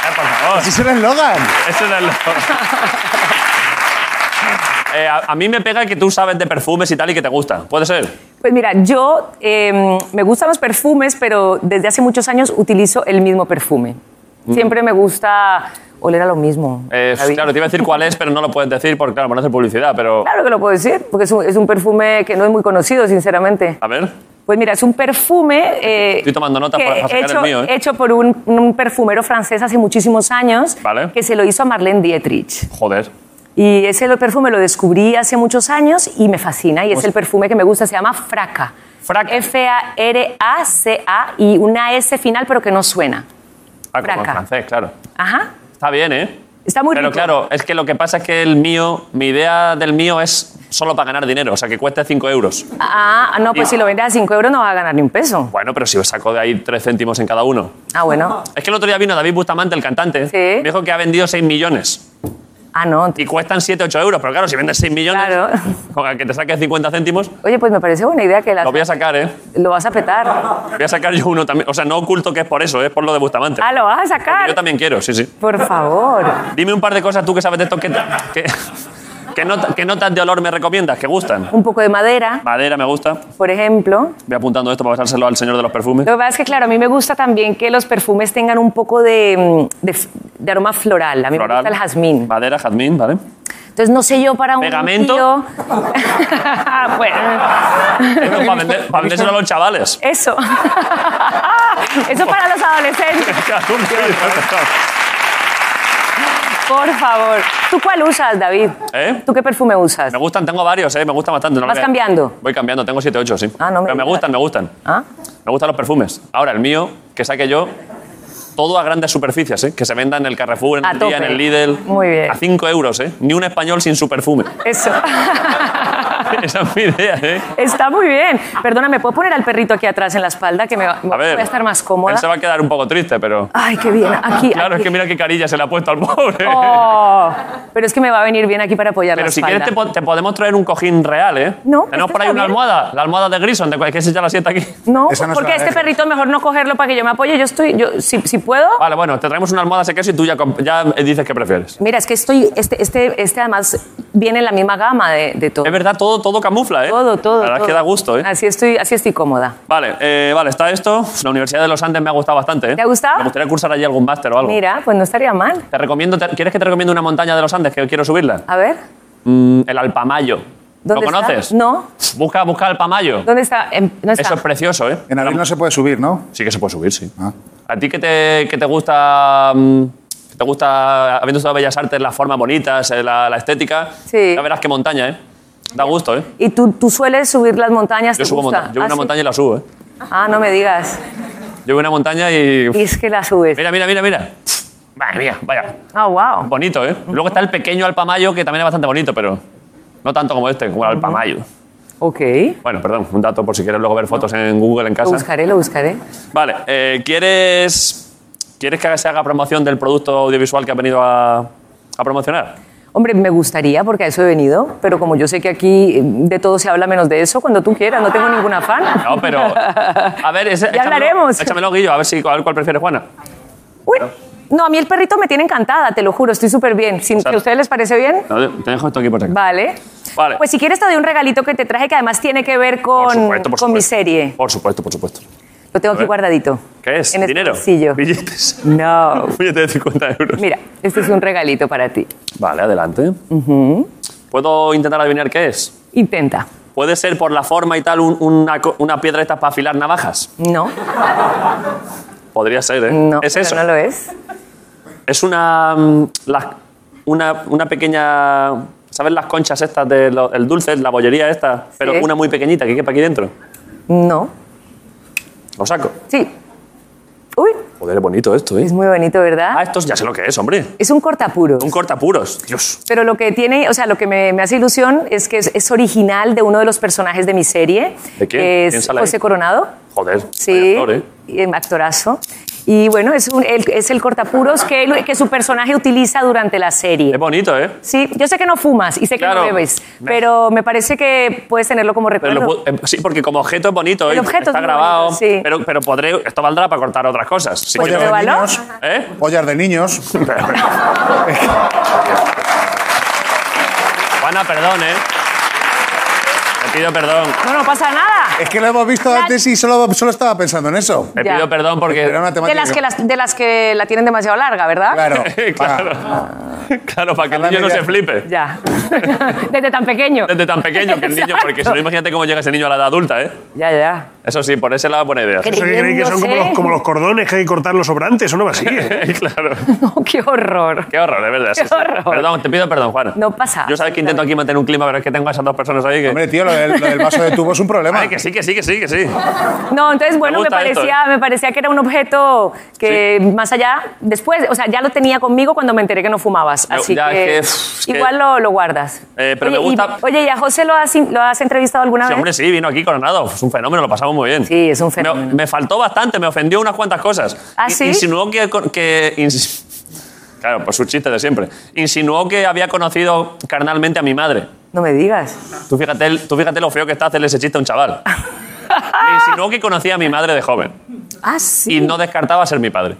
Speaker 1: Eh, por favor.
Speaker 3: Ese es el eslogan.
Speaker 1: Ese era el logo. Eh, a, a mí me pega que tú sabes de perfumes y tal y que te gusta. ¿Puede ser?
Speaker 8: Pues mira, yo eh, me gustan los perfumes, pero desde hace muchos años utilizo el mismo perfume. Siempre me gusta oler a lo mismo.
Speaker 1: Eh,
Speaker 8: David.
Speaker 1: claro, te iba a decir cuál Mm. es, pero no lo puedes decir porque, claro, van a hacer publicidad, pero...
Speaker 8: Claro que lo puedo decir, porque es un, es un perfume que no es muy conocido, sinceramente.
Speaker 1: A ver.
Speaker 8: Pues mira, es un perfume. eh,
Speaker 1: Estoy tomando nota
Speaker 8: que
Speaker 1: para sacar el
Speaker 8: hecho,
Speaker 1: mío, ¿eh?
Speaker 8: Hecho por un, un perfumero francés hace muchísimos años,
Speaker 1: Vale.
Speaker 8: que se lo hizo a Marlene Dietrich.
Speaker 1: Joder.
Speaker 8: Y ese lo- perfume lo descubrí hace muchos años y me fascina. Y es el perfume que me gusta, se llama Fraca.
Speaker 1: Pues Fraca.
Speaker 8: F-A-R-A-C-A y una S final, pero que no suena.
Speaker 1: Ah, como en
Speaker 8: Fraca.
Speaker 1: francés, claro.
Speaker 8: Ajá.
Speaker 1: Está bien, ¿eh?
Speaker 8: Está muy
Speaker 1: Pero
Speaker 8: rico.
Speaker 1: claro, es que lo que pasa es que el mío, mi idea del mío es solo para ganar dinero, o sea, que cueste 5 euros.
Speaker 8: Ah, no, pues
Speaker 1: Y-
Speaker 8: si lo vendes a 5 euros no va a ganar ni un peso.
Speaker 1: Bueno, pero si os saco de ahí 3 céntimos en cada uno.
Speaker 8: Ah, bueno.
Speaker 1: Es que el otro día vino David Bustamante, el cantante,
Speaker 8: Sí.
Speaker 1: me dijo que ha vendido 6 millones
Speaker 8: Ah, no.
Speaker 1: y cuestan 7, 8 euros, pero claro, si vendes 6 millones,
Speaker 8: Claro.
Speaker 1: con el que te saques 50 céntimos,
Speaker 8: Oye, pues me parece buena idea que la-
Speaker 1: lo voy a sacar, ¿eh?
Speaker 8: lo vas a petar.
Speaker 1: Voy a sacar yo uno también. O sea, no oculto que es por eso, es por lo de Bustamante.
Speaker 8: Ah, lo vas a
Speaker 1: Porque
Speaker 8: sacar.
Speaker 1: Yo también quiero, sí, sí.
Speaker 8: Por favor.
Speaker 1: Dime un par de cosas tú que sabes de esto que, que, que not- que notas de olor me recomiendas, que gustan.
Speaker 8: Un poco de madera,
Speaker 1: Madera me gusta.
Speaker 8: por ejemplo.
Speaker 1: Voy apuntando esto para pasárselo al señor de los perfumes.
Speaker 8: Lo que pasa es que, claro, a mí me gusta también que los perfumes tengan un poco de, mm, de f- de aroma floral. A mí
Speaker 1: Floral.
Speaker 8: me gusta el jazmín.
Speaker 1: Madera, jazmín, ¿vale?
Speaker 8: Entonces, no sé yo para un
Speaker 1: ¿Pegamento?
Speaker 8: tío- bueno,
Speaker 1: Esto para, vender, para vendérselo a los chavales.
Speaker 8: eso. eso para los adolescentes, por favor. ¿Tú cuál usas, David?
Speaker 1: ¿Eh?
Speaker 8: ¿Tú qué perfume usas?
Speaker 1: Me gustan, tengo varios, ¿eh? Me gustan bastante. no lo
Speaker 8: ¿Vas
Speaker 1: voy a-
Speaker 8: cambiando?
Speaker 1: Voy cambiando, tengo 7, 8, sí.
Speaker 8: Ah, no me
Speaker 1: Pero me
Speaker 8: digas.
Speaker 1: gustan, me gustan.
Speaker 8: ¿Ah?
Speaker 1: Me gustan los perfumes. Ahora, el mío, que saque yo, todo a grandes superficies, ¿eh? Que se venda en el Carrefour, en
Speaker 8: A
Speaker 1: el Día, en
Speaker 8: tope.
Speaker 1: el Lidl.
Speaker 8: Muy bien.
Speaker 1: A 5 euros, ¿eh? Ni un español sin su perfume.
Speaker 8: Eso.
Speaker 1: Esa es mi idea, ¿eh?
Speaker 8: Está muy bien. Perdóname, ¿puedo poner al perrito aquí atrás en la espalda? Que me, va-
Speaker 1: A ver.
Speaker 8: voy a estar más cómoda.
Speaker 1: Él se va a quedar un poco triste, pero.
Speaker 8: Ay, qué bien. Aquí.
Speaker 1: Claro, es
Speaker 8: aquí.
Speaker 1: que mira qué carilla se le ha puesto al pobre.
Speaker 8: Oh, pero es que me va a venir bien aquí para apoyar
Speaker 1: Pero
Speaker 8: la
Speaker 1: si
Speaker 8: espalda.
Speaker 1: quieres, te, po- te podemos traer un cojín real, ¿eh?
Speaker 8: No,
Speaker 1: Tenemos
Speaker 8: este
Speaker 1: por ahí una
Speaker 8: está bien.
Speaker 1: almohada, la almohada de Grison, de cualquier se echa la siesta aquí.
Speaker 8: No,
Speaker 3: Esa no se
Speaker 8: porque
Speaker 3: la
Speaker 8: este
Speaker 3: deja.
Speaker 8: perrito mejor no cogerlo para que yo me apoye. Yo estoy, yo, si, si puedo.
Speaker 1: Vale, bueno, te traemos una almohada ese queso y tú ya, comp- ya dices qué prefieres.
Speaker 8: Mira, es que estoy, este, este, este además viene en la misma gama de, de todo.
Speaker 1: Es verdad, todo, todo camufla, ¿eh?
Speaker 8: Todo, todo.
Speaker 1: La verdad es que
Speaker 8: todo.
Speaker 1: da gusto, ¿eh?
Speaker 8: Así estoy, así estoy cómoda.
Speaker 1: Vale, eh, vale, está esto. La Universidad de los Andes me ha gustado bastante, ¿eh?
Speaker 8: ¿Te ha gustado?
Speaker 1: Me gustaría cursar allí algún máster o algo.
Speaker 8: Mira, pues no estaría mal.
Speaker 1: Te recomiendo, te- ¿Quieres que te recomiende una montaña de los Andes que yo quiero subirla?
Speaker 8: A ver,
Speaker 1: Mm, el Alpamayo. ¿Lo
Speaker 8: ¿dónde está?
Speaker 1: conoces?
Speaker 8: No.
Speaker 1: Busca, busca Alpamayo.
Speaker 8: ¿Dónde está? En- no está.
Speaker 1: Eso es precioso, ¿eh?
Speaker 3: En abril no se puede subir, ¿no?
Speaker 1: Sí que se puede subir, sí.
Speaker 3: Ah.
Speaker 1: ¿A ti que te, que te gusta... mm, que te gusta, habiendo estudiado Bellas Artes, las formas bonitas, eh, la, la estética?
Speaker 8: Sí.
Speaker 1: Ya verás qué montaña, ¿eh? Da gusto, ¿eh?
Speaker 8: ¿Y tú, tú sueles subir las montañas?
Speaker 1: Yo
Speaker 8: ¿Te
Speaker 1: subo
Speaker 8: gusta?
Speaker 1: monta- yo voy a
Speaker 8: Ah,
Speaker 1: una
Speaker 8: sí.
Speaker 1: montaña y la subo, ¿eh?
Speaker 8: Ah, no me digas.
Speaker 1: Yo voy a una montaña y...
Speaker 8: Y es que la subes.
Speaker 1: Mira, mira, mira, mira. Madre mía, vaya.
Speaker 8: Ah, wow.
Speaker 1: Bonito, ¿eh? Luego está el pequeño Alpamayo, que también es bastante bonito, pero no tanto como este, como el Alpamayo.
Speaker 8: Ok. Lo
Speaker 1: Bueno, perdón, un dato por si quieres luego ver fotos en Google en casa.
Speaker 8: buscaré, lo buscaré.
Speaker 1: Vale, eh, ¿quieres, ¿quieres que se haga promoción del producto audiovisual que ha venido a, a promocionar?
Speaker 8: Hombre, me gustaría porque a eso he venido, pero como yo sé que aquí eh, de todo se habla menos de eso, cuando tú quieras, no tengo ningún afán.
Speaker 1: No, pero. A ver, ese,
Speaker 8: Ya hablaremos.
Speaker 1: Échamelo, Guillo, a ver, si, a ver cuál prefiere Juana.
Speaker 8: Uy, No, a mí el perrito me tiene encantada, te lo juro, estoy súper bien. Si
Speaker 1: Sara.
Speaker 8: a ustedes les parece bien,
Speaker 1: No, te dejo esto aquí por si acaso.
Speaker 8: vale.
Speaker 1: Vale.
Speaker 8: Pues si quieres te doy un regalito que te traje que además tiene que ver con,
Speaker 1: Por supuesto, por
Speaker 8: con mi
Speaker 1: supuesto.
Speaker 8: serie.
Speaker 1: Por supuesto, por supuesto.
Speaker 8: Lo tengo
Speaker 1: A
Speaker 8: aquí
Speaker 1: ver.
Speaker 8: guardadito.
Speaker 1: ¿Qué es?
Speaker 8: En este
Speaker 1: ¿Dinero?
Speaker 8: bolsillo.
Speaker 1: Billetes.
Speaker 8: No.
Speaker 1: Un billete de 50 euros.
Speaker 8: Mira, este es un regalito para ti.
Speaker 1: Vale, adelante. ¿Puedo intentar adivinar qué es?
Speaker 8: Intenta.
Speaker 1: ¿Puede ser por la forma y tal un- una, co- una piedra esta para afilar navajas?
Speaker 8: No,
Speaker 1: Podría ser, ¿eh?
Speaker 8: no.
Speaker 1: es
Speaker 8: pero
Speaker 1: eso.
Speaker 8: No lo es.
Speaker 1: Es una, mm, la- una. Una pequeña. ¿Sabes las conchas estas del dulce, la bollería esta? Pero
Speaker 8: Sí.
Speaker 1: una muy pequeñita que quepa aquí dentro.
Speaker 8: No.
Speaker 1: Lo saco.
Speaker 8: Sí. Uy,
Speaker 1: Joder, es bonito esto, ¿eh?
Speaker 8: es muy bonito, ¿verdad?
Speaker 1: Ah, estos ya sé lo que es, hombre.
Speaker 8: Es un cortapuros.
Speaker 1: Un cortapuros. Dios.
Speaker 8: Pero lo que tiene, o sea, lo que me, me hace ilusión es que es, es original de uno de los personajes de mi serie.
Speaker 1: ¿De quién?
Speaker 8: que
Speaker 1: ¿Quién
Speaker 8: Es
Speaker 1: sale ahí?
Speaker 8: José Coronado.
Speaker 1: Joder.
Speaker 8: Sí.
Speaker 1: vaya actor, ¿eh?
Speaker 8: y, em, Actorazo. Y bueno, es, un- el, es el cortapuros que, él- que su personaje utiliza durante la
Speaker 1: Es
Speaker 8: serie.
Speaker 1: bonito, ¿eh?
Speaker 8: Sí, yo sé que no fumas y sé que
Speaker 1: Claro.
Speaker 8: no bebes, pero me parece que puedes tenerlo como
Speaker 1: Pero
Speaker 8: recuerdo.
Speaker 1: lo pu- eh, sí, porque como objeto es bonito.
Speaker 8: El
Speaker 1: ¿eh?
Speaker 8: objeto es
Speaker 1: Está
Speaker 8: muy
Speaker 1: grabado.
Speaker 8: bonito, sí.
Speaker 1: pero, pero podré, esto valdrá para cortar otras cosas. Sí
Speaker 8: Pues
Speaker 1: que-
Speaker 8: de valor.
Speaker 1: ¿Eh?
Speaker 3: Ollas de niños.
Speaker 1: Juana, perdón, ¿eh? Te pido perdón.
Speaker 8: No, no pasa nada.
Speaker 3: Es que lo hemos visto
Speaker 8: La-
Speaker 3: antes y solo, solo estaba pensando en eso.
Speaker 1: Te
Speaker 8: Ya.
Speaker 1: pido perdón
Speaker 3: Era
Speaker 1: porque...
Speaker 3: una
Speaker 8: De
Speaker 3: temática.
Speaker 8: las, que las- de las que la tienen demasiado larga, ¿verdad?
Speaker 3: Claro.
Speaker 1: claro. Claro, para que el
Speaker 3: Ojalá
Speaker 1: niño
Speaker 3: me
Speaker 1: no se
Speaker 3: diga-
Speaker 1: flipe.
Speaker 8: Ah. Ya. Desde tan pequeño.
Speaker 1: Desde tan pequeño que el niño... Porque si no,
Speaker 8: Exacto.
Speaker 1: imagínate cómo llega ese niño a la edad adulta, ¿eh?
Speaker 8: Ya, ya.
Speaker 1: Eso sí, por ese lado buena idea.
Speaker 8: Qué
Speaker 4: Eso que creen que son como los, como los cordones que hay que cortar los sobrantes, eso no va así. ¿eh?
Speaker 1: claro.
Speaker 8: No, qué horror.
Speaker 1: Qué horror, es verdad. sí,
Speaker 8: Qué
Speaker 1: sí.
Speaker 8: horror.
Speaker 1: Perdón, te pido perdón, Juana.
Speaker 8: No pasa.
Speaker 1: Yo sabes que intento aquí mantener un clima, pero es que tengo a esas dos personas ahí que...
Speaker 3: Hombre, tío, lo del, lo del vaso de tubo es un problema.
Speaker 1: Ay, que sí, que sí, que sí, que sí.
Speaker 8: No, entonces, bueno, me,
Speaker 1: gusta esto, ¿eh?
Speaker 8: parecía, me parecía que era un objeto que más allá, después, o sea, ya lo tenía conmigo cuando me enteré que no fumabas.
Speaker 1: No,
Speaker 8: Así
Speaker 1: ya,
Speaker 8: que,
Speaker 1: es que, pff, es que-
Speaker 8: igual Lo, lo guardas.
Speaker 1: Eh, pero
Speaker 8: oye,
Speaker 1: me gusta-
Speaker 8: Y, oye, ¿y a José lo has, in- lo has entrevistado alguna
Speaker 1: Sí,
Speaker 8: vez?
Speaker 1: hombre, sí, vino aquí Coronado. Es un fenómeno, lo pasamos muy bien.
Speaker 8: Sí, es un
Speaker 1: Me-
Speaker 8: fenómeno.
Speaker 1: Me, faltó bastante, me ofendió unas cuantas cosas.
Speaker 8: ¿Ah,
Speaker 1: In-
Speaker 8: sí?
Speaker 1: Insinuó que... con- que ins- claro, pues su chiste de siempre. Insinuó que había conocido carnalmente a mi madre.
Speaker 8: No me digas.
Speaker 1: Tú fíjate, el- tú fíjate lo feo que está hacerle ese chiste a un chaval. Me insinuó que conocía a mi madre de joven
Speaker 8: Ah, sí.
Speaker 1: y no descartaba ser mi padre.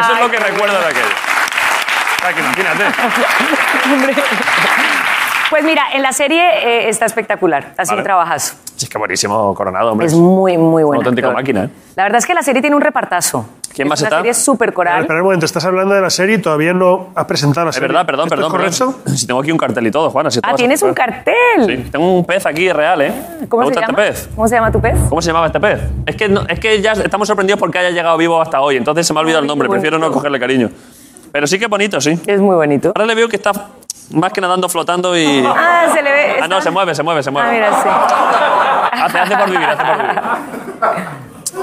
Speaker 1: Eso es lo que recuerdo de aquello. O sea, que imagínate.
Speaker 8: Hombre. Pues mira, en la serie eh, está espectacular. Ha sido
Speaker 1: Vale.
Speaker 8: un trabajazo.
Speaker 1: Sí, Es que buenísimo Coronado, hombre.
Speaker 8: Es muy, muy bueno.
Speaker 1: auténtica
Speaker 8: actor.
Speaker 1: máquina, ¿eh?
Speaker 8: La verdad es que la serie tiene un repartazo.
Speaker 1: ¿Quién más
Speaker 8: es
Speaker 1: está?
Speaker 8: Una serie súper
Speaker 4: Pero
Speaker 8: coral.
Speaker 4: espera un momento, estás hablando de la serie y todavía no has presentado la
Speaker 1: Es
Speaker 4: serie.
Speaker 1: verdad, perdón,
Speaker 4: ¿Esto
Speaker 1: perdón.
Speaker 4: ¿Es correcto?
Speaker 1: perdón. Si tengo aquí un cartel y todo, Juana. Si
Speaker 8: Ah, tienes un cartel.
Speaker 1: cartel. Sí, tengo un pez aquí real, ¿eh?
Speaker 8: ¿Cómo
Speaker 1: ¿Te gusta
Speaker 8: se llama?
Speaker 1: este pez?
Speaker 8: ¿Cómo se llama tu pez?
Speaker 1: ¿Cómo se llamaba este pez? Es que, no- es que ya estamos sorprendidos porque haya llegado vivo hasta hoy, entonces se me ha olvidado
Speaker 8: Ay,
Speaker 1: el
Speaker 8: qué
Speaker 1: nombre, prefiero no
Speaker 8: bonito.
Speaker 1: cogerle cariño. Pero sí que es bonito, sí.
Speaker 8: Es muy bonito.
Speaker 1: Ahora le veo que está más que nadando flotando y...
Speaker 8: Ah, se le ve.
Speaker 1: Ah, no,
Speaker 8: está-
Speaker 1: se mueve, se mueve, se mueve.
Speaker 8: Ah, mira, sí.
Speaker 1: Hace, hace por vivir, hace por vivir.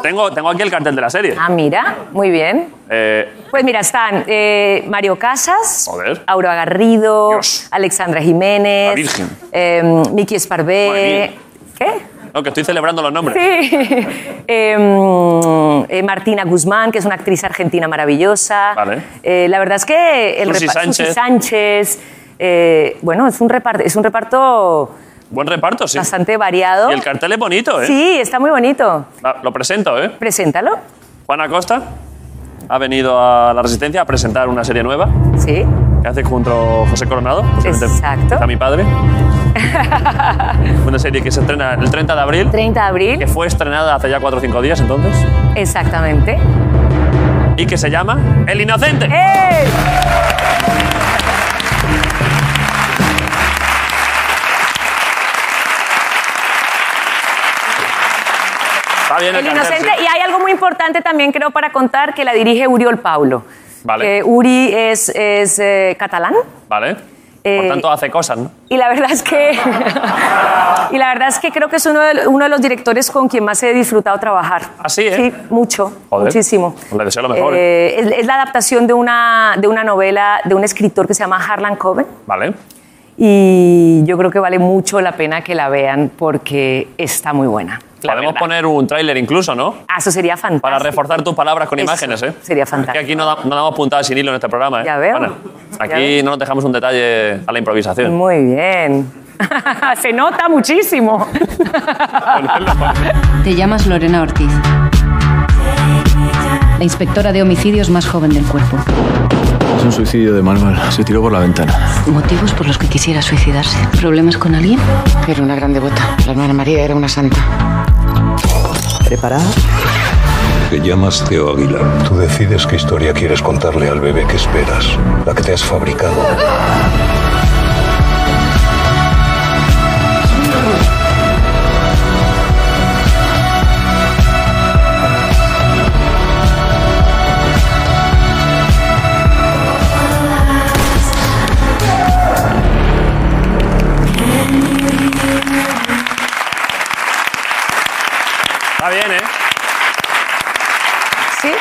Speaker 1: Tengo, tengo aquí el cartel de la serie.
Speaker 8: Ah, mira, muy bien.
Speaker 1: Eh,
Speaker 8: Pues mira, están eh, Mario Casas,
Speaker 1: Joder.
Speaker 8: Aura Garrido,
Speaker 1: Dios.
Speaker 8: Alexandra
Speaker 1: La
Speaker 8: Jiménez,
Speaker 1: Virgen.
Speaker 8: eh, Miki
Speaker 1: Madre
Speaker 8: Esparvé.
Speaker 1: mía.
Speaker 8: ¿Qué?
Speaker 1: no, que estoy celebrando los nombres.
Speaker 8: Sí. Em, eh, Martina Guzmán, que es una actriz argentina maravillosa.
Speaker 1: Vale.
Speaker 8: Eh, la verdad es que el
Speaker 1: Susi
Speaker 8: repa-
Speaker 1: Sánchez.
Speaker 8: Susi Sánchez, eh, bueno, es un reparto, es un reparto
Speaker 1: Buen reparto, sí.
Speaker 8: bastante variado.
Speaker 1: Y el cartel es bonito, ¿eh?
Speaker 8: Sí, está muy bonito.
Speaker 1: Va, Lo presento, ¿eh?
Speaker 8: Preséntalo.
Speaker 1: Juan Acosta ha venido a La Resistencia a presentar una serie nueva
Speaker 8: Sí.
Speaker 1: que hace junto a José Coronado. posiblemente
Speaker 8: Exacto.
Speaker 1: Está mi padre. una serie que se estrena el 30 de abril,
Speaker 8: 30 de abril.
Speaker 1: que fue estrenada hace ya 4 o 5 días entonces,
Speaker 8: Exactamente.
Speaker 1: y que se llama El Inocente.
Speaker 8: ¡Eh!
Speaker 1: Está bien el,
Speaker 8: El
Speaker 1: cartel,
Speaker 8: Inocente.
Speaker 1: sí.
Speaker 8: Y hay algo muy importante también, creo, para contar, que la dirige Uriol Paulo.
Speaker 1: Vale.
Speaker 8: Que Uri es, es, eh, catalán.
Speaker 1: Vale. Por
Speaker 8: Eh,
Speaker 1: tanto, hace cosas, ¿no?
Speaker 8: Y la verdad es que. y la verdad es que creo que es uno de, uno de los directores con quien más he disfrutado trabajar.
Speaker 1: ¿Ah, sí, eh?
Speaker 8: Sí, mucho.
Speaker 1: Joder.
Speaker 8: Muchísimo.
Speaker 1: Le deseo lo mejor,
Speaker 8: Eh, es, es la adaptación de una, de una novela de un escritor que se llama Harlan Coben.
Speaker 1: Vale.
Speaker 8: Y yo creo que vale mucho la pena que la vean porque está muy buena. la
Speaker 1: Podemos
Speaker 8: verdad.
Speaker 1: poner un tráiler incluso, ¿no?
Speaker 8: Ah, eso sería fantástico.
Speaker 1: Para reforzar tus palabras con
Speaker 8: Eso
Speaker 1: imágenes, ¿eh?
Speaker 8: sería
Speaker 1: Que
Speaker 8: fantástico.
Speaker 1: aquí no, da- no damos puntadas sin hilo en este programa, ¿eh?
Speaker 8: Ya veo.
Speaker 1: Bueno,
Speaker 8: Ya
Speaker 1: aquí
Speaker 8: veo.
Speaker 1: no nos dejamos un detalle a la improvisación.
Speaker 8: Muy bien. Se nota muchísimo.
Speaker 11: Te llamas Lorena Ortiz. la inspectora de homicidios más joven del cuerpo.
Speaker 12: Es un suicidio de Manuel. Se tiró por la ventana.
Speaker 11: Motivos por los que quisiera suicidarse. ¿Problemas con alguien?
Speaker 13: Era una gran devota. La hermana María era una santa.
Speaker 14: ¿Preparada?
Speaker 15: Te llamas Teo Aguilar. Tú decides qué historia quieres contarle al bebé que esperas, la que te has fabricado.
Speaker 1: Está bien, ¿eh?
Speaker 8: ¿Sí?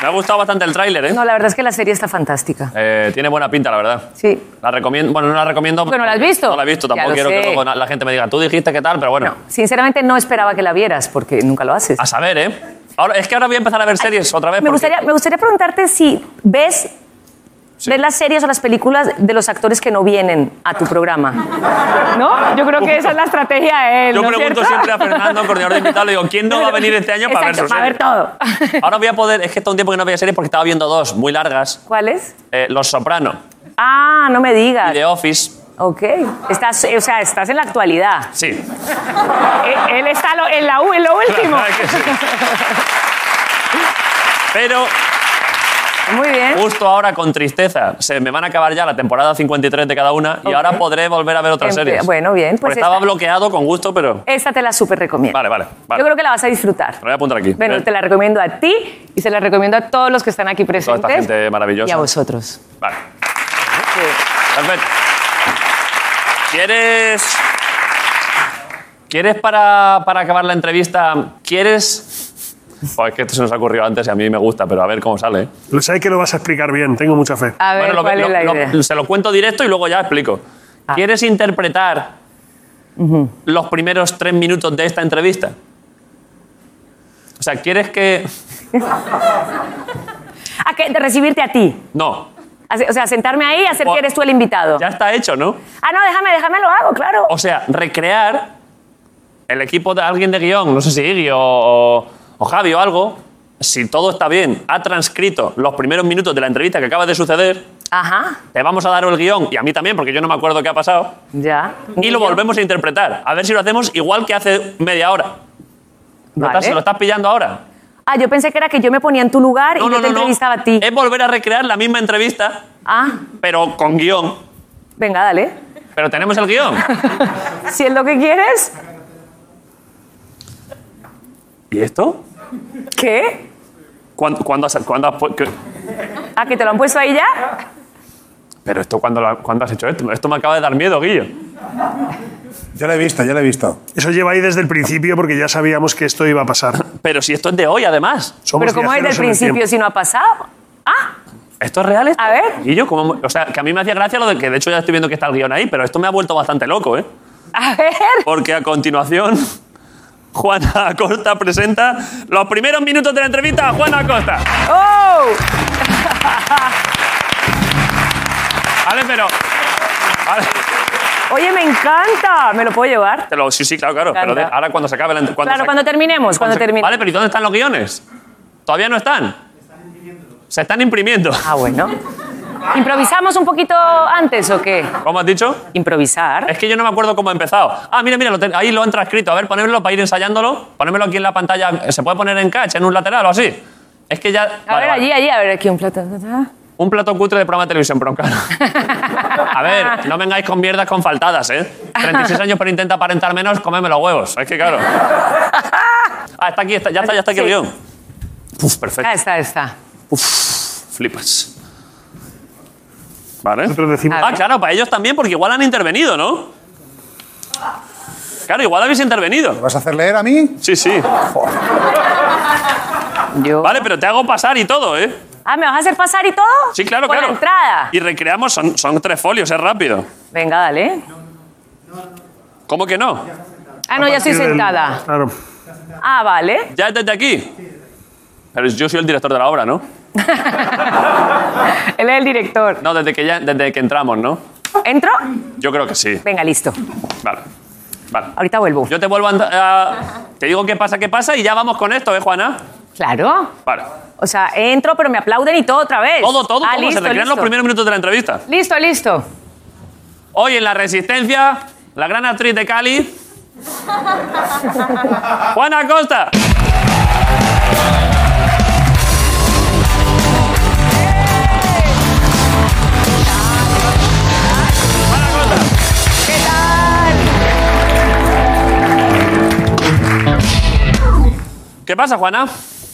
Speaker 1: Me ha gustado bastante el tráiler, ¿eh?
Speaker 8: No, la verdad es que la serie está fantástica.
Speaker 1: Eh, Tiene buena pinta, la verdad.
Speaker 8: Sí.
Speaker 1: La recomiendo. Bueno, no la recomiendo.
Speaker 8: Porque no la has visto.
Speaker 1: No la he visto,
Speaker 8: Ya
Speaker 1: tampoco
Speaker 8: lo
Speaker 1: quiero
Speaker 8: sé.
Speaker 1: que luego na- la gente me diga, tú dijiste qué tal, pero bueno.
Speaker 8: Sinceramente no esperaba que la vieras porque nunca lo haces.
Speaker 1: A saber, ¿eh? Ahora, es que ahora voy a empezar a ver series otra vez.
Speaker 8: Me
Speaker 1: porque-
Speaker 8: gustaría, me gustaría preguntarte si ves, ves las series o las películas de los actores que no vienen a tu programa. ¿No? Yo creo que esa es la estrategia de él.
Speaker 1: Yo
Speaker 8: ¿no es
Speaker 1: pregunto
Speaker 8: cierto?
Speaker 1: siempre a Fernando, coordinador de invitados, le digo, ¿quién no va a venir este año para ver
Speaker 8: Exacto,
Speaker 1: sus
Speaker 8: para ver
Speaker 1: series?
Speaker 8: todo.
Speaker 1: Ahora voy a poder, es que todo un tiempo que no veía series porque estaba viendo dos muy largas.
Speaker 8: ¿Cuál es?
Speaker 1: Eh, Los Soprano
Speaker 8: Ah, no me
Speaker 1: y
Speaker 8: digas.
Speaker 1: The Office.
Speaker 8: Ok. Estás, o sea, estás en la actualidad. E,
Speaker 1: Sí.
Speaker 8: Él, él está lo- en, la, u- en lo último.
Speaker 1: verdad que sí. Pero...
Speaker 8: Muy bien.
Speaker 1: Justo ahora, con tristeza, se me van a acabar ya la temporada 53 de cada una y ahora podré volver a ver otras
Speaker 8: Em-
Speaker 1: series.
Speaker 8: bueno, bien, pues
Speaker 1: Porque estaba
Speaker 8: esta-
Speaker 1: bloqueado con gusto, pero...
Speaker 8: Esta te la súper recomiendo.
Speaker 1: Vale, vale. vale.
Speaker 8: Yo creo que la vas a disfrutar.
Speaker 1: Lo voy a apuntar aquí.
Speaker 8: Bueno,
Speaker 1: Ven.
Speaker 8: te la recomiendo a ti y se la recomiendo a todos los que están aquí
Speaker 1: Toda
Speaker 8: presentes.
Speaker 1: esta gente maravillosa.
Speaker 8: Y a vosotros.
Speaker 1: Vale. Perfecto. ¿Quieres. ¿Quieres para, para acabar la entrevista? ¿Quieres.? Joder, es que esto se nos ha ocurrido antes y a mí me gusta, pero a ver cómo sale. ¿eh?
Speaker 4: Lo sé que lo vas a explicar bien, tengo mucha fe.
Speaker 8: A ver,
Speaker 1: Bueno, lo-
Speaker 8: ¿cuál
Speaker 1: lo-
Speaker 8: es la
Speaker 1: lo-
Speaker 8: idea? Ah.
Speaker 1: se lo cuento directo y luego ya explico. ¿Quieres interpretar los primeros tres minutos de esta entrevista? O sea, ¿quieres que.?
Speaker 8: ¿A qué? De recibirte a ti.
Speaker 1: No.
Speaker 8: Así- O sea, sentarme ahí y hacer
Speaker 1: O-
Speaker 8: que eres tú el invitado.
Speaker 1: Ya está hecho, ¿no?
Speaker 8: Ah, no, déjame, déjame, lo hago, claro.
Speaker 1: O sea, recrear el equipo de alguien de guión, no sé si Iggy o, o- o Javi o algo, si todo está bien, ha transcrito los primeros minutos de la entrevista que acaba de suceder,
Speaker 8: Ajá,
Speaker 1: te vamos a dar el guión, y a mí también, porque yo no me acuerdo qué ha pasado,
Speaker 8: ya.
Speaker 1: y lo volvemos a interpretar. A ver si lo hacemos igual que hace media hora. ¿Lo,
Speaker 8: Vale.
Speaker 1: estás, lo estás pillando ahora?
Speaker 8: Ah, yo pensé que era que yo me ponía en tu lugar y yo te entrevistaba a ti.
Speaker 1: Es volver a recrear la misma entrevista,
Speaker 8: Ah,
Speaker 1: pero con guión.
Speaker 8: venga, dale.
Speaker 1: Pero tenemos el guión.
Speaker 8: Si es lo que quieres.
Speaker 1: ¿Y esto?
Speaker 8: ¿Qué?
Speaker 1: ¿Cuándo, cuándo has- cuándo has pu- qué-
Speaker 8: ¿A que te lo han puesto ahí ya?
Speaker 1: Pero esto, ¿cuándo, lo ha- cuándo has hecho esto? Esto me acaba de dar miedo, Guillo.
Speaker 3: Yo lo he visto, yo lo he visto.
Speaker 4: Eso lleva ahí desde el principio porque ya sabíamos que esto iba a pasar.
Speaker 1: Pero si esto es de hoy, además.
Speaker 4: Somos
Speaker 8: Pero ¿cómo es
Speaker 4: viajeros
Speaker 8: del
Speaker 4: en el tiempo.
Speaker 8: principio si no ha pasado? Ah,
Speaker 1: ¿Esto es real? Esto?
Speaker 8: a ver.
Speaker 1: Guillo, ¿cómo- o sea, que a mí me hacía gracia lo de que, de hecho, ya estoy viendo que está el guión ahí, pero esto me ha vuelto bastante loco, ¿eh?
Speaker 8: A ver.
Speaker 1: Porque a continuación, Juana Acosta presenta los primeros minutos de la entrevista a Juana Acosta.
Speaker 8: ¡Oh!
Speaker 1: Vale, pero... vale,
Speaker 8: Oye, me encanta. ¿Me lo puedo llevar?
Speaker 1: te lo- sí, sí, claro, claro. Pero
Speaker 8: Encanta.
Speaker 1: de- ahora cuando se acabe la entrevista...
Speaker 8: claro, cuando terminemos, cuando termine.
Speaker 1: Vale, pero ¿y dónde están los guiones? ¿Todavía no están? Se están imprimiendo.
Speaker 8: Ah, bueno. ¿Improvisamos un poquito antes o qué?
Speaker 1: ¿Cómo has dicho?
Speaker 8: Improvisar.
Speaker 1: Es que yo no me acuerdo cómo ha empezado. Ah, mira, mira, lo ten- ahí lo han transcrito. A ver, ponémelo para ir ensayándolo. Ponémelo aquí en la pantalla. ¿Se puede poner en catch, en un lateral o así? Es que ya...
Speaker 8: A
Speaker 1: vale,
Speaker 8: ver,
Speaker 1: vale.
Speaker 8: allí, allí, a ver, aquí un plato.
Speaker 1: Un plato cutre de programa de televisión, broncano. A ver, no vengáis con mierdas con faltadas, ¿eh? 36 años pero intenta aparentar menos, comeme los huevos. Es que claro. Ah, está aquí, está- ya está, ya está aquí el
Speaker 8: Sí.
Speaker 1: guión. Uf, perfecto.
Speaker 8: Ah, está, está.
Speaker 1: Flipas. Vale.
Speaker 4: Nosotros decimos,
Speaker 1: Ah, claro, para ellos también, porque igual han intervenido, ¿no? Claro, igual habéis intervenido.
Speaker 3: ¿Vas a hacer leer a mí?
Speaker 1: Sí, sí. Vale, pero te hago pasar y todo, ¿eh?
Speaker 8: Ah, ¿me vas a hacer pasar y todo?
Speaker 1: Sí, claro,
Speaker 8: Con
Speaker 1: claro.
Speaker 8: la entrada.
Speaker 1: Y recreamos, son, son tres folios, es rápido.
Speaker 8: Venga, dale.
Speaker 1: ¿Cómo que no?
Speaker 8: Ah, no, ya estoy sentada.
Speaker 4: Claro.
Speaker 8: Ah, vale.
Speaker 1: ¿Ya desde aquí? Pero yo soy el director de la obra, ¿no?
Speaker 8: Él es el director.
Speaker 1: No, desde que, ya, desde que entramos, ¿no?
Speaker 8: ¿Entro?
Speaker 1: Yo creo que sí.
Speaker 8: Venga, listo.
Speaker 1: Vale. Vale.
Speaker 8: Ahorita vuelvo.
Speaker 1: Yo te vuelvo a... ent- a- te digo qué pasa, qué pasa y ya vamos con esto, ¿eh, Juana?
Speaker 8: Claro.
Speaker 1: Vale.
Speaker 8: O sea, entro, pero me aplauden y todo otra vez.
Speaker 1: Todo, todo,
Speaker 8: Ah,
Speaker 1: todo. se
Speaker 8: listo,
Speaker 1: recrean los
Speaker 8: listo.
Speaker 1: primeros minutos de la entrevista.
Speaker 8: Listo, listo.
Speaker 1: Hoy en La Resistencia, la gran actriz de Cali, Juana Costa. ¿Qué pasa, Juana?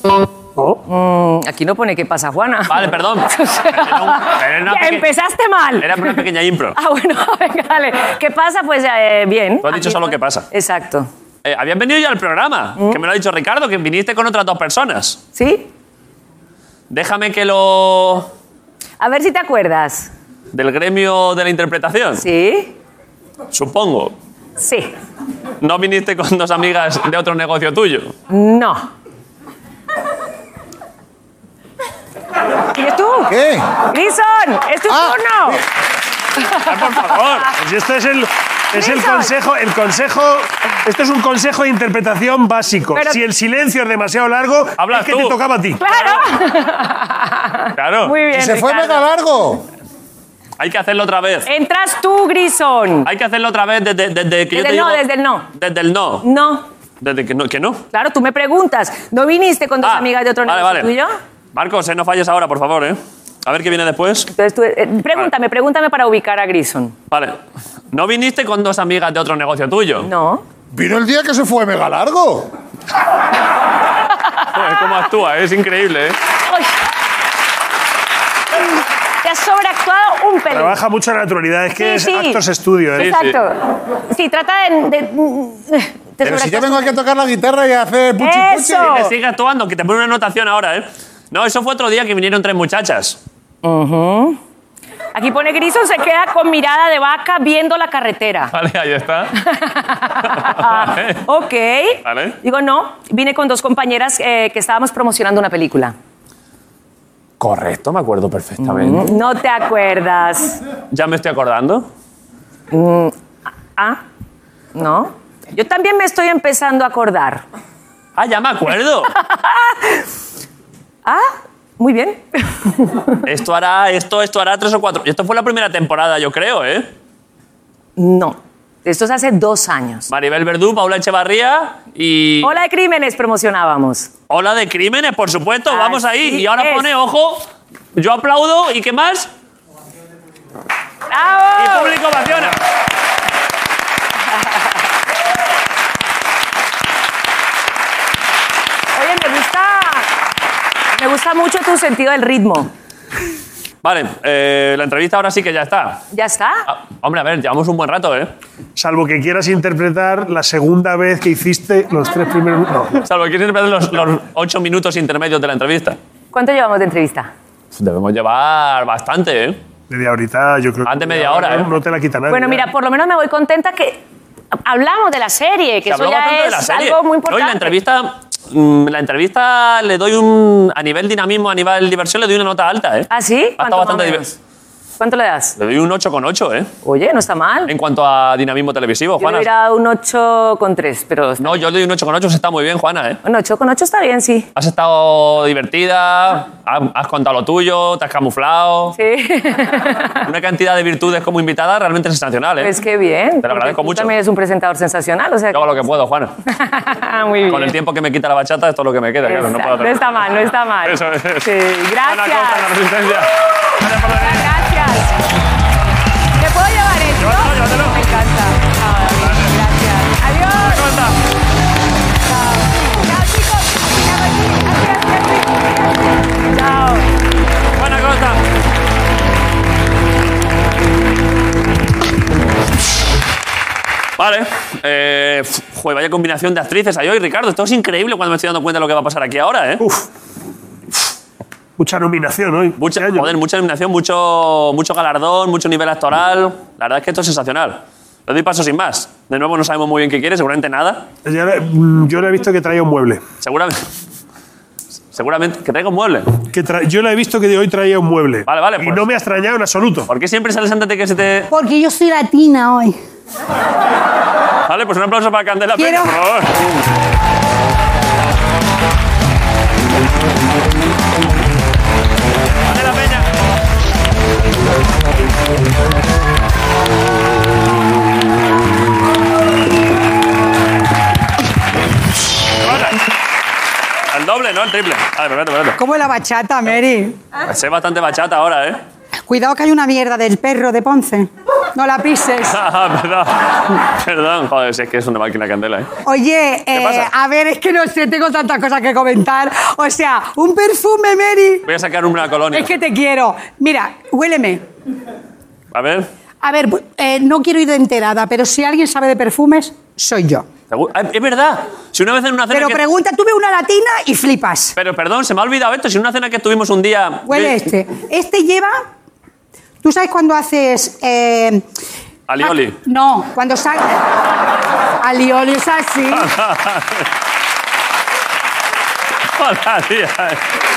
Speaker 8: Mm, aquí no pone qué pasa, Juana.
Speaker 1: Vale, perdón. Era una
Speaker 8: Ya
Speaker 1: peque-
Speaker 8: Empezaste mal.
Speaker 1: Era una pequeña impro.
Speaker 8: Ah, bueno, venga, dale. ¿Qué pasa? Pues eh, bien.
Speaker 1: Tú has dicho
Speaker 8: Aquí-
Speaker 1: solo qué pasa.
Speaker 8: Exacto.
Speaker 1: Eh, habías venido ya al programa,
Speaker 8: ¿Eh?
Speaker 1: que me lo ha dicho Ricardo, que viniste con otras dos personas.
Speaker 8: ¿Sí?
Speaker 1: Déjame que lo...
Speaker 8: A ver si te acuerdas.
Speaker 1: del gremio de la interpretación.
Speaker 8: Sí.
Speaker 1: Supongo.
Speaker 8: Sí.
Speaker 1: No viniste con dos amigas de otro negocio tuyo.
Speaker 8: No. ¿Eres tú?
Speaker 3: ¿Qué? Ah,
Speaker 8: ¡Grison! ¡Es tu turno!
Speaker 1: Ah,
Speaker 4: por favor. Pues esto es el, es el
Speaker 8: Nelson.
Speaker 4: consejo, el consejo. Esto es un consejo de interpretación básico.
Speaker 8: Pero-
Speaker 4: si el silencio es demasiado largo,
Speaker 1: Hablas
Speaker 4: es que
Speaker 1: tú.
Speaker 4: te tocaba a ti.
Speaker 1: Claro.
Speaker 8: Muy bien.
Speaker 3: ¡Se fue
Speaker 8: Ricardo.
Speaker 3: mega largo!
Speaker 1: Hay que hacerlo otra vez.
Speaker 8: Entras tú, Grison.
Speaker 1: Hay que hacerlo otra vez desde, desde que Ah, yo
Speaker 8: Desde
Speaker 1: te
Speaker 8: el no,
Speaker 1: digo-
Speaker 8: desde el no.
Speaker 1: Desde el no.
Speaker 8: No.
Speaker 1: Desde que no. Que no.
Speaker 8: Claro, tú me preguntas. ¿No viniste con dos amigas de otro
Speaker 1: Ah, Vale,
Speaker 8: negocio
Speaker 1: vale.
Speaker 8: tuyo?
Speaker 1: Marcos, eh, no falles ahora, por favor, ¿eh? A ver qué viene después.
Speaker 8: Entonces tú, eh, pregúntame, pregúntame para ubicar a Grison.
Speaker 1: Vale. No viniste con dos amigas de otro negocio tuyo.
Speaker 8: No.
Speaker 3: Vino el día que se fue mega largo.
Speaker 1: Joder, cómo actúa, eh, es increíble, ¿eh?
Speaker 8: Ay. Te has sobreactuado un pelín.
Speaker 4: Trabaja mucha naturalidad, es que
Speaker 8: Sí,
Speaker 4: es
Speaker 8: sí.
Speaker 4: actos estudio. ¿eh?
Speaker 8: Exacto. Sí, trata de... de- te
Speaker 3: Pero si yo
Speaker 8: sobreactúas
Speaker 3: vengo
Speaker 8: un
Speaker 3: aquí a tocar la guitarra y a hacer puchi puchi.
Speaker 8: ¡Eso!
Speaker 1: Que sigue actuando, que te pone una anotación ahora, ¿eh? No, eso fue otro día que vinieron tres muchachas.
Speaker 8: Aquí pone Grison, se queda con mirada de vaca viendo la carretera.
Speaker 1: Vale, ahí está.
Speaker 8: ok.
Speaker 1: Vale.
Speaker 8: Digo, no, vine con dos compañeras eh, que estábamos promocionando una película.
Speaker 1: Correcto, me acuerdo perfectamente.
Speaker 8: No te acuerdas.
Speaker 1: Mm. Ya me estoy acordando.
Speaker 8: Mm, ah, no. Yo también me estoy empezando a acordar.
Speaker 1: Ah, ya me acuerdo.
Speaker 8: Ah, muy bien.
Speaker 1: esto hará, esto, esto hará tres o cuatro. Esto fue la primera temporada, yo creo, ¿eh?
Speaker 8: No. Esto es hace dos años.
Speaker 1: Maribel Verdú, Paula Echevarría y.
Speaker 8: Hola de Crímenes promocionábamos.
Speaker 1: Hola de crímenes, por supuesto. Vamos
Speaker 8: Así
Speaker 1: ahí. Y ahora
Speaker 8: es.
Speaker 1: pone, ojo, yo aplaudo y ¿qué más? Y
Speaker 8: ¡Bravo!
Speaker 1: público ovaciona.
Speaker 8: Oye, me gusta. Me gusta mucho tu sentido del ritmo.
Speaker 1: Vale, eh, la entrevista ahora sí que ya está.
Speaker 8: ¿Ya está?
Speaker 1: Ah, hombre, a ver, llevamos un buen rato, ¿eh?
Speaker 4: Salvo que quieras interpretar la segunda vez que hiciste los tres primeros. No.
Speaker 1: Salvo que quieres perder los, los ocho minutos intermedios de la entrevista.
Speaker 8: ¿Cuánto llevamos de entrevista?
Speaker 1: Debemos llevar bastante, ¿eh?
Speaker 4: Media horita, yo creo que.
Speaker 1: Antes media hora,
Speaker 4: no,
Speaker 1: ¿eh?
Speaker 4: No te la quita nadie.
Speaker 8: Bueno,
Speaker 4: ya.
Speaker 8: mira, por lo menos me voy contenta que hablamos de la serie, que
Speaker 1: Se
Speaker 8: eso
Speaker 1: habló bastante
Speaker 8: ya
Speaker 1: de la
Speaker 8: es
Speaker 1: serie.
Speaker 8: algo muy
Speaker 1: No, y
Speaker 8: importante.
Speaker 1: la entrevista, mm, la entrevista le doy un. A nivel dinamismo, a nivel diversión, le doy una nota alta, ¿eh?
Speaker 8: ¿Ah, sí?
Speaker 1: Ha estado
Speaker 8: ¿Cuánto más
Speaker 1: bastante
Speaker 8: o menos?
Speaker 1: diverso.
Speaker 8: ¿Cuánto le das?
Speaker 1: Le doy un 8,8, ¿eh?
Speaker 8: Oye, no está mal.
Speaker 1: En cuanto a dinamismo televisivo,
Speaker 8: Yo le
Speaker 1: Juana.
Speaker 8: hubiera dado un 8,3, pero...
Speaker 1: No, yo le doy un 8,8, se está muy bien, Juana, ¿eh?
Speaker 8: Un 8,8 está bien, sí.
Speaker 1: Has estado divertida, has, has contado lo tuyo, te has camuflado.
Speaker 8: Sí.
Speaker 1: Una cantidad de virtudes como invitada realmente sensacional, ¿eh?
Speaker 8: Pues qué bien. porque
Speaker 1: agradezco
Speaker 8: tú
Speaker 1: mucho.
Speaker 8: también es un presentador sensacional, o sea...
Speaker 1: Yo hago lo que puedo, Juana.
Speaker 8: Muy bien.
Speaker 1: Con el tiempo que me quita la bachata, esto es lo que me queda, claro, no
Speaker 8: Exacto,
Speaker 1: puedo hacer-
Speaker 8: está mal, no está mal.
Speaker 1: Eso es.
Speaker 8: Sí,
Speaker 1: Juana Costa, la
Speaker 8: gracias.
Speaker 1: resistencia. Gracias por venir.
Speaker 8: Gracias. ¿Te puedo llevar esto?
Speaker 1: Llévatelo, llévatelo.
Speaker 8: Me encanta. Ah, gracias. Adiós.
Speaker 1: Juana Costa.
Speaker 8: Chao, chicos. Chao.
Speaker 1: Buena Costa. Vale. Eh, f- joder, vaya combinación de actrices ahí hoy, Ricardo. Esto es increíble cuando me estoy dando cuenta de lo que va a pasar aquí ahora, ¿eh?
Speaker 4: Uf. Mucha nominación hoy.
Speaker 1: Mucha,
Speaker 4: Este año.
Speaker 1: joder, mucha nominación, mucho, mucho galardón, mucho nivel actoral. La verdad es que esto es sensacional. Le doy paso sin más. De nuevo, no sabemos muy bien qué quiere, seguramente nada.
Speaker 4: Ya le- mm, yo le he visto que traía un mueble.
Speaker 1: Seguramente. Seguramente. Que traiga un mueble.
Speaker 4: Que tra- yo le he visto que hoy traía un mueble.
Speaker 1: Vale, vale,
Speaker 4: Y
Speaker 1: pues.
Speaker 4: no me ha extrañado en absoluto.
Speaker 1: ¿Por qué siempre sales antes de que se te.?
Speaker 16: Porque yo soy latina hoy.
Speaker 1: Vale, pues un aplauso para Candela
Speaker 16: Quiero-
Speaker 1: Peña, por favor. doble, no el triple. Vale, perfecto, perfecto.
Speaker 17: ¿Cómo es la bachata, Mary?
Speaker 16: Ah.
Speaker 1: Sé bastante bachata ahora, ¿eh?
Speaker 17: Cuidado que hay una mierda del perro de Ponce. No la pises.
Speaker 1: Ah, perdón. Perdón, joder, si es que es una máquina candela, ¿eh?
Speaker 17: Oye, eh,
Speaker 1: pasa?
Speaker 17: a ver, es que no sé, tengo tantas cosas que comentar. O sea, un perfume, Mary.
Speaker 1: Voy a sacar una colonia.
Speaker 17: Es que te quiero. Mira, huéleme.
Speaker 1: A ver.
Speaker 17: A ver, pu- eh, no quiero ir de enterada, pero si alguien sabe de perfumes, soy yo.
Speaker 1: ¿te gu- Ah, Es verdad. Si una vez en una cena.
Speaker 17: Pero
Speaker 1: que-
Speaker 17: pregunta, tuve una latina y flipas.
Speaker 1: Pero perdón, se me ha olvidado esto. Si en una cena que estuvimos un día.
Speaker 17: Huele este. Este lleva. ¿Tú sabes cuando haces.? eh,
Speaker 1: Alioli.
Speaker 17: no, cuando sale. Alioli es así.
Speaker 1: Hola, tía.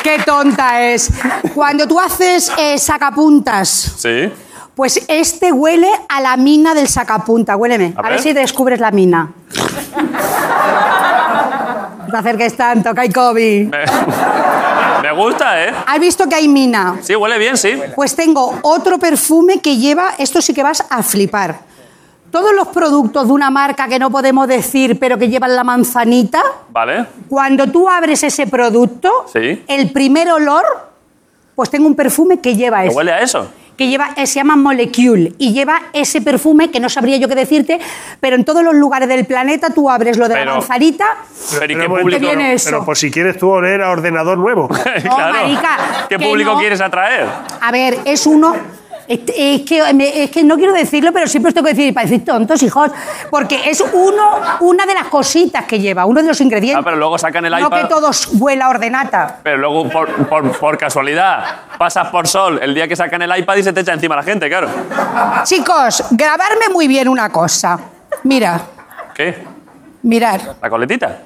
Speaker 17: Qué tonta es. Cuando tú haces eh, sacapuntas,
Speaker 1: Sí.
Speaker 17: pues este huele a la mina del sacapunta. Huéleme.
Speaker 1: A
Speaker 17: A,
Speaker 1: ver.
Speaker 17: ver si descubres la mina. No te acerques tanto, que hay COVID.
Speaker 1: Me, me gusta, ¿eh?
Speaker 17: ¿Has visto que hay mina?
Speaker 1: Sí, huele bien, sí.
Speaker 17: Pues tengo otro perfume que lleva, esto sí que vas a flipar. Todos los productos de una marca que no podemos decir, pero que llevan la manzanita,
Speaker 1: Vale.
Speaker 17: cuando tú abres ese producto,
Speaker 1: Sí.
Speaker 17: el primer olor, pues tengo un perfume que lleva
Speaker 1: ¿Te
Speaker 17: eso.
Speaker 1: huele a eso?
Speaker 17: Que lleva, eh, se llama Molecule y lleva ese perfume que no sabría yo qué decirte, pero en todos los lugares del planeta tú abres lo de
Speaker 4: Pero-
Speaker 17: la manzanita.
Speaker 1: Pero, ¿y qué
Speaker 4: un
Speaker 1: público?
Speaker 17: ¿Qué viene eso?
Speaker 4: Pero por si quieres tú oler a ordenador nuevo.
Speaker 1: claro.
Speaker 17: marica,
Speaker 1: ¿Qué
Speaker 17: que
Speaker 1: público
Speaker 17: no.
Speaker 1: quieres atraer?
Speaker 17: A ver, es uno. este, Es que, me- es que no quiero decirlo, pero siempre os tengo que decir, para decir tontos, hijos, porque es uno, una de las cositas que lleva, uno de los
Speaker 1: Ah,
Speaker 17: ingredientes.
Speaker 1: pero luego sacan el
Speaker 17: no que
Speaker 1: iPad.
Speaker 17: todos huela a ordenata.
Speaker 1: Pero luego, por, por- por casualidad, pasas por sol el día que sacan el iPad y se te echa encima la gente, claro.
Speaker 17: Chicos, grabarme muy bien una cosa. Mira,
Speaker 1: ¿Qué?
Speaker 17: mirar.
Speaker 1: ¿La coletita?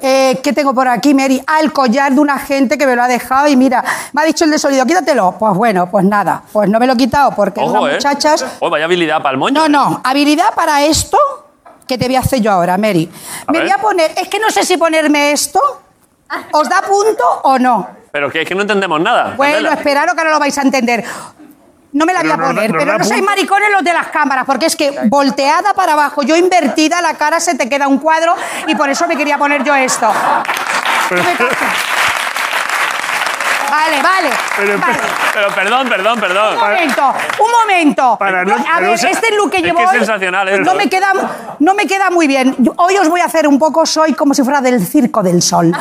Speaker 17: Eh, ¿Qué tengo por aquí, Mary? Ah, el collar de una gente que me lo ha dejado y mira, me ha dicho el de sonido, quítatelo. Pues bueno, pues nada, pues no me lo he quitado porque
Speaker 1: Ojo,
Speaker 17: unas
Speaker 1: ¿eh?
Speaker 17: muchachas
Speaker 1: Oh, vaya habilidad para el moño.
Speaker 17: No, no, habilidad para esto que te voy a hacer yo ahora, Mary.
Speaker 1: A
Speaker 17: Me
Speaker 1: ver.
Speaker 17: voy a poner, es que no sé si ponerme esto, ¿os da punto o no?
Speaker 1: Pero que es que no entendemos nada.
Speaker 17: Bueno,
Speaker 1: Candela.
Speaker 17: esperaros que ahora lo vais a entender. No me la
Speaker 1: Pero
Speaker 17: voy a
Speaker 1: nos da-
Speaker 17: poner,
Speaker 1: nos da
Speaker 17: pero no sois
Speaker 1: punto.
Speaker 17: maricones los de las cámaras, porque es que volteada para abajo, yo invertida, la cara se te queda un cuadro y por eso me quería poner yo esto. Vale, vale.
Speaker 1: Pero,
Speaker 17: vale.
Speaker 1: pero perdón, perdón, perdón.
Speaker 17: Un momento, un momento.
Speaker 1: Para no-
Speaker 17: No, a
Speaker 1: para
Speaker 17: ver,
Speaker 1: no ser-
Speaker 17: este look que
Speaker 1: Es
Speaker 17: llevo
Speaker 1: que es
Speaker 17: hoy
Speaker 1: sensacional, ¿eh?
Speaker 17: no, me queda, no me queda muy bien. Yo- Hoy os voy a hacer un poco, soy como si fuera del Circo del Sol.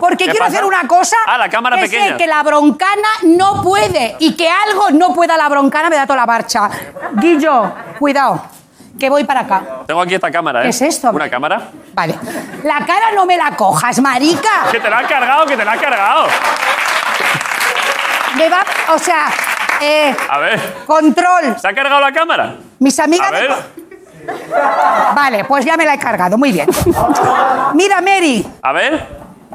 Speaker 17: Porque
Speaker 1: ¿Qué
Speaker 17: quiero
Speaker 1: pasa?
Speaker 17: hacer una cosa
Speaker 1: Ah, la cámara
Speaker 17: que
Speaker 1: pequeña.
Speaker 17: sé que la broncana no puede y que algo no pueda la broncana me da toda la marcha. Guillo, cuidado, que voy para acá.
Speaker 1: Tengo aquí esta cámara, ¿eh?
Speaker 17: ¿Qué es esto?
Speaker 1: ¿Una cámara?
Speaker 17: Vale. La cara no me la cojas, marica.
Speaker 1: ¡Que te la has cargado, que te la has cargado!
Speaker 17: Me va, o sea, eh,
Speaker 1: A ver.
Speaker 17: control.
Speaker 1: ¿Se ha cargado la cámara?
Speaker 17: Mis amigas
Speaker 1: A
Speaker 17: de-
Speaker 1: ver.
Speaker 17: Vale, pues ya me la he cargado, muy bien. Mira, Mary,
Speaker 1: A ver.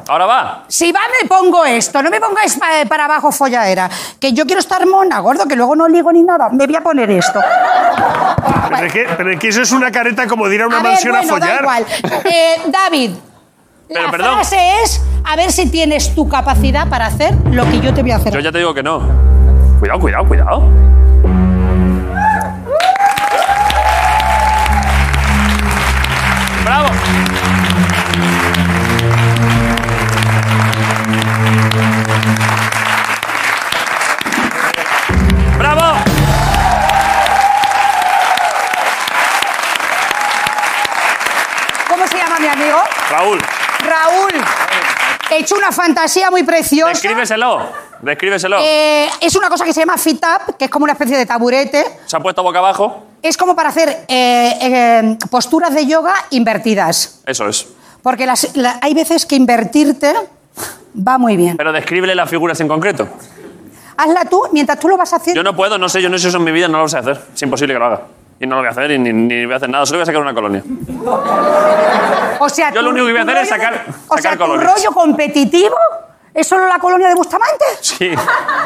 Speaker 1: Ahora va.
Speaker 17: si va me pongo esto, no me pongáis pa- para abajo folladera, que yo quiero estar mona, gordo, que luego no ligo ni nada, me voy a poner esto.
Speaker 4: Pero, es que, pero es que eso es una careta como de ir a una
Speaker 17: a ver,
Speaker 4: mansión
Speaker 17: bueno,
Speaker 4: a follar.
Speaker 17: da igual. Eh, David,
Speaker 1: Pero,
Speaker 17: la
Speaker 1: perdón.
Speaker 17: frase es a ver si tienes tu capacidad para hacer lo que yo te voy a hacer.
Speaker 1: Yo ya te digo que no. Cuidado, cuidado, cuidado. ¡Bravo! ¡Bravo!
Speaker 17: ¿Cómo se llama mi amigo?
Speaker 1: Raúl,
Speaker 17: Raúl. He hecho una fantasía muy preciosa.
Speaker 1: descríbeselo. Descríbeselo.
Speaker 17: Eh, es una cosa que se llama fit up, que es como una especie de taburete.
Speaker 1: Se ha puesto boca abajo.
Speaker 17: Es como para hacer eh, eh, posturas de yoga invertidas.
Speaker 1: Eso es.
Speaker 17: Porque las- la- hay veces que invertirte va muy bien.
Speaker 1: Pero descríbele las figuras en concreto.
Speaker 17: Hazla tú mientras tú lo vas haciendo.
Speaker 1: Yo no puedo, no sé, yo no sé eso en mi vida, no lo sé hacer. Es imposible que lo haga. Y no lo voy a hacer y ni, ni voy a hacer nada, solo voy a sacar una colonia.
Speaker 17: o sea,
Speaker 1: Yo lo
Speaker 17: tu-
Speaker 1: único que voy a
Speaker 17: tu
Speaker 1: hacer es
Speaker 17: rollo de-
Speaker 1: sacar,
Speaker 17: O
Speaker 1: sacar
Speaker 17: sea, tu
Speaker 1: colonias.
Speaker 17: rollo competitivo es solo la colonia de Bustamante.
Speaker 1: Sí.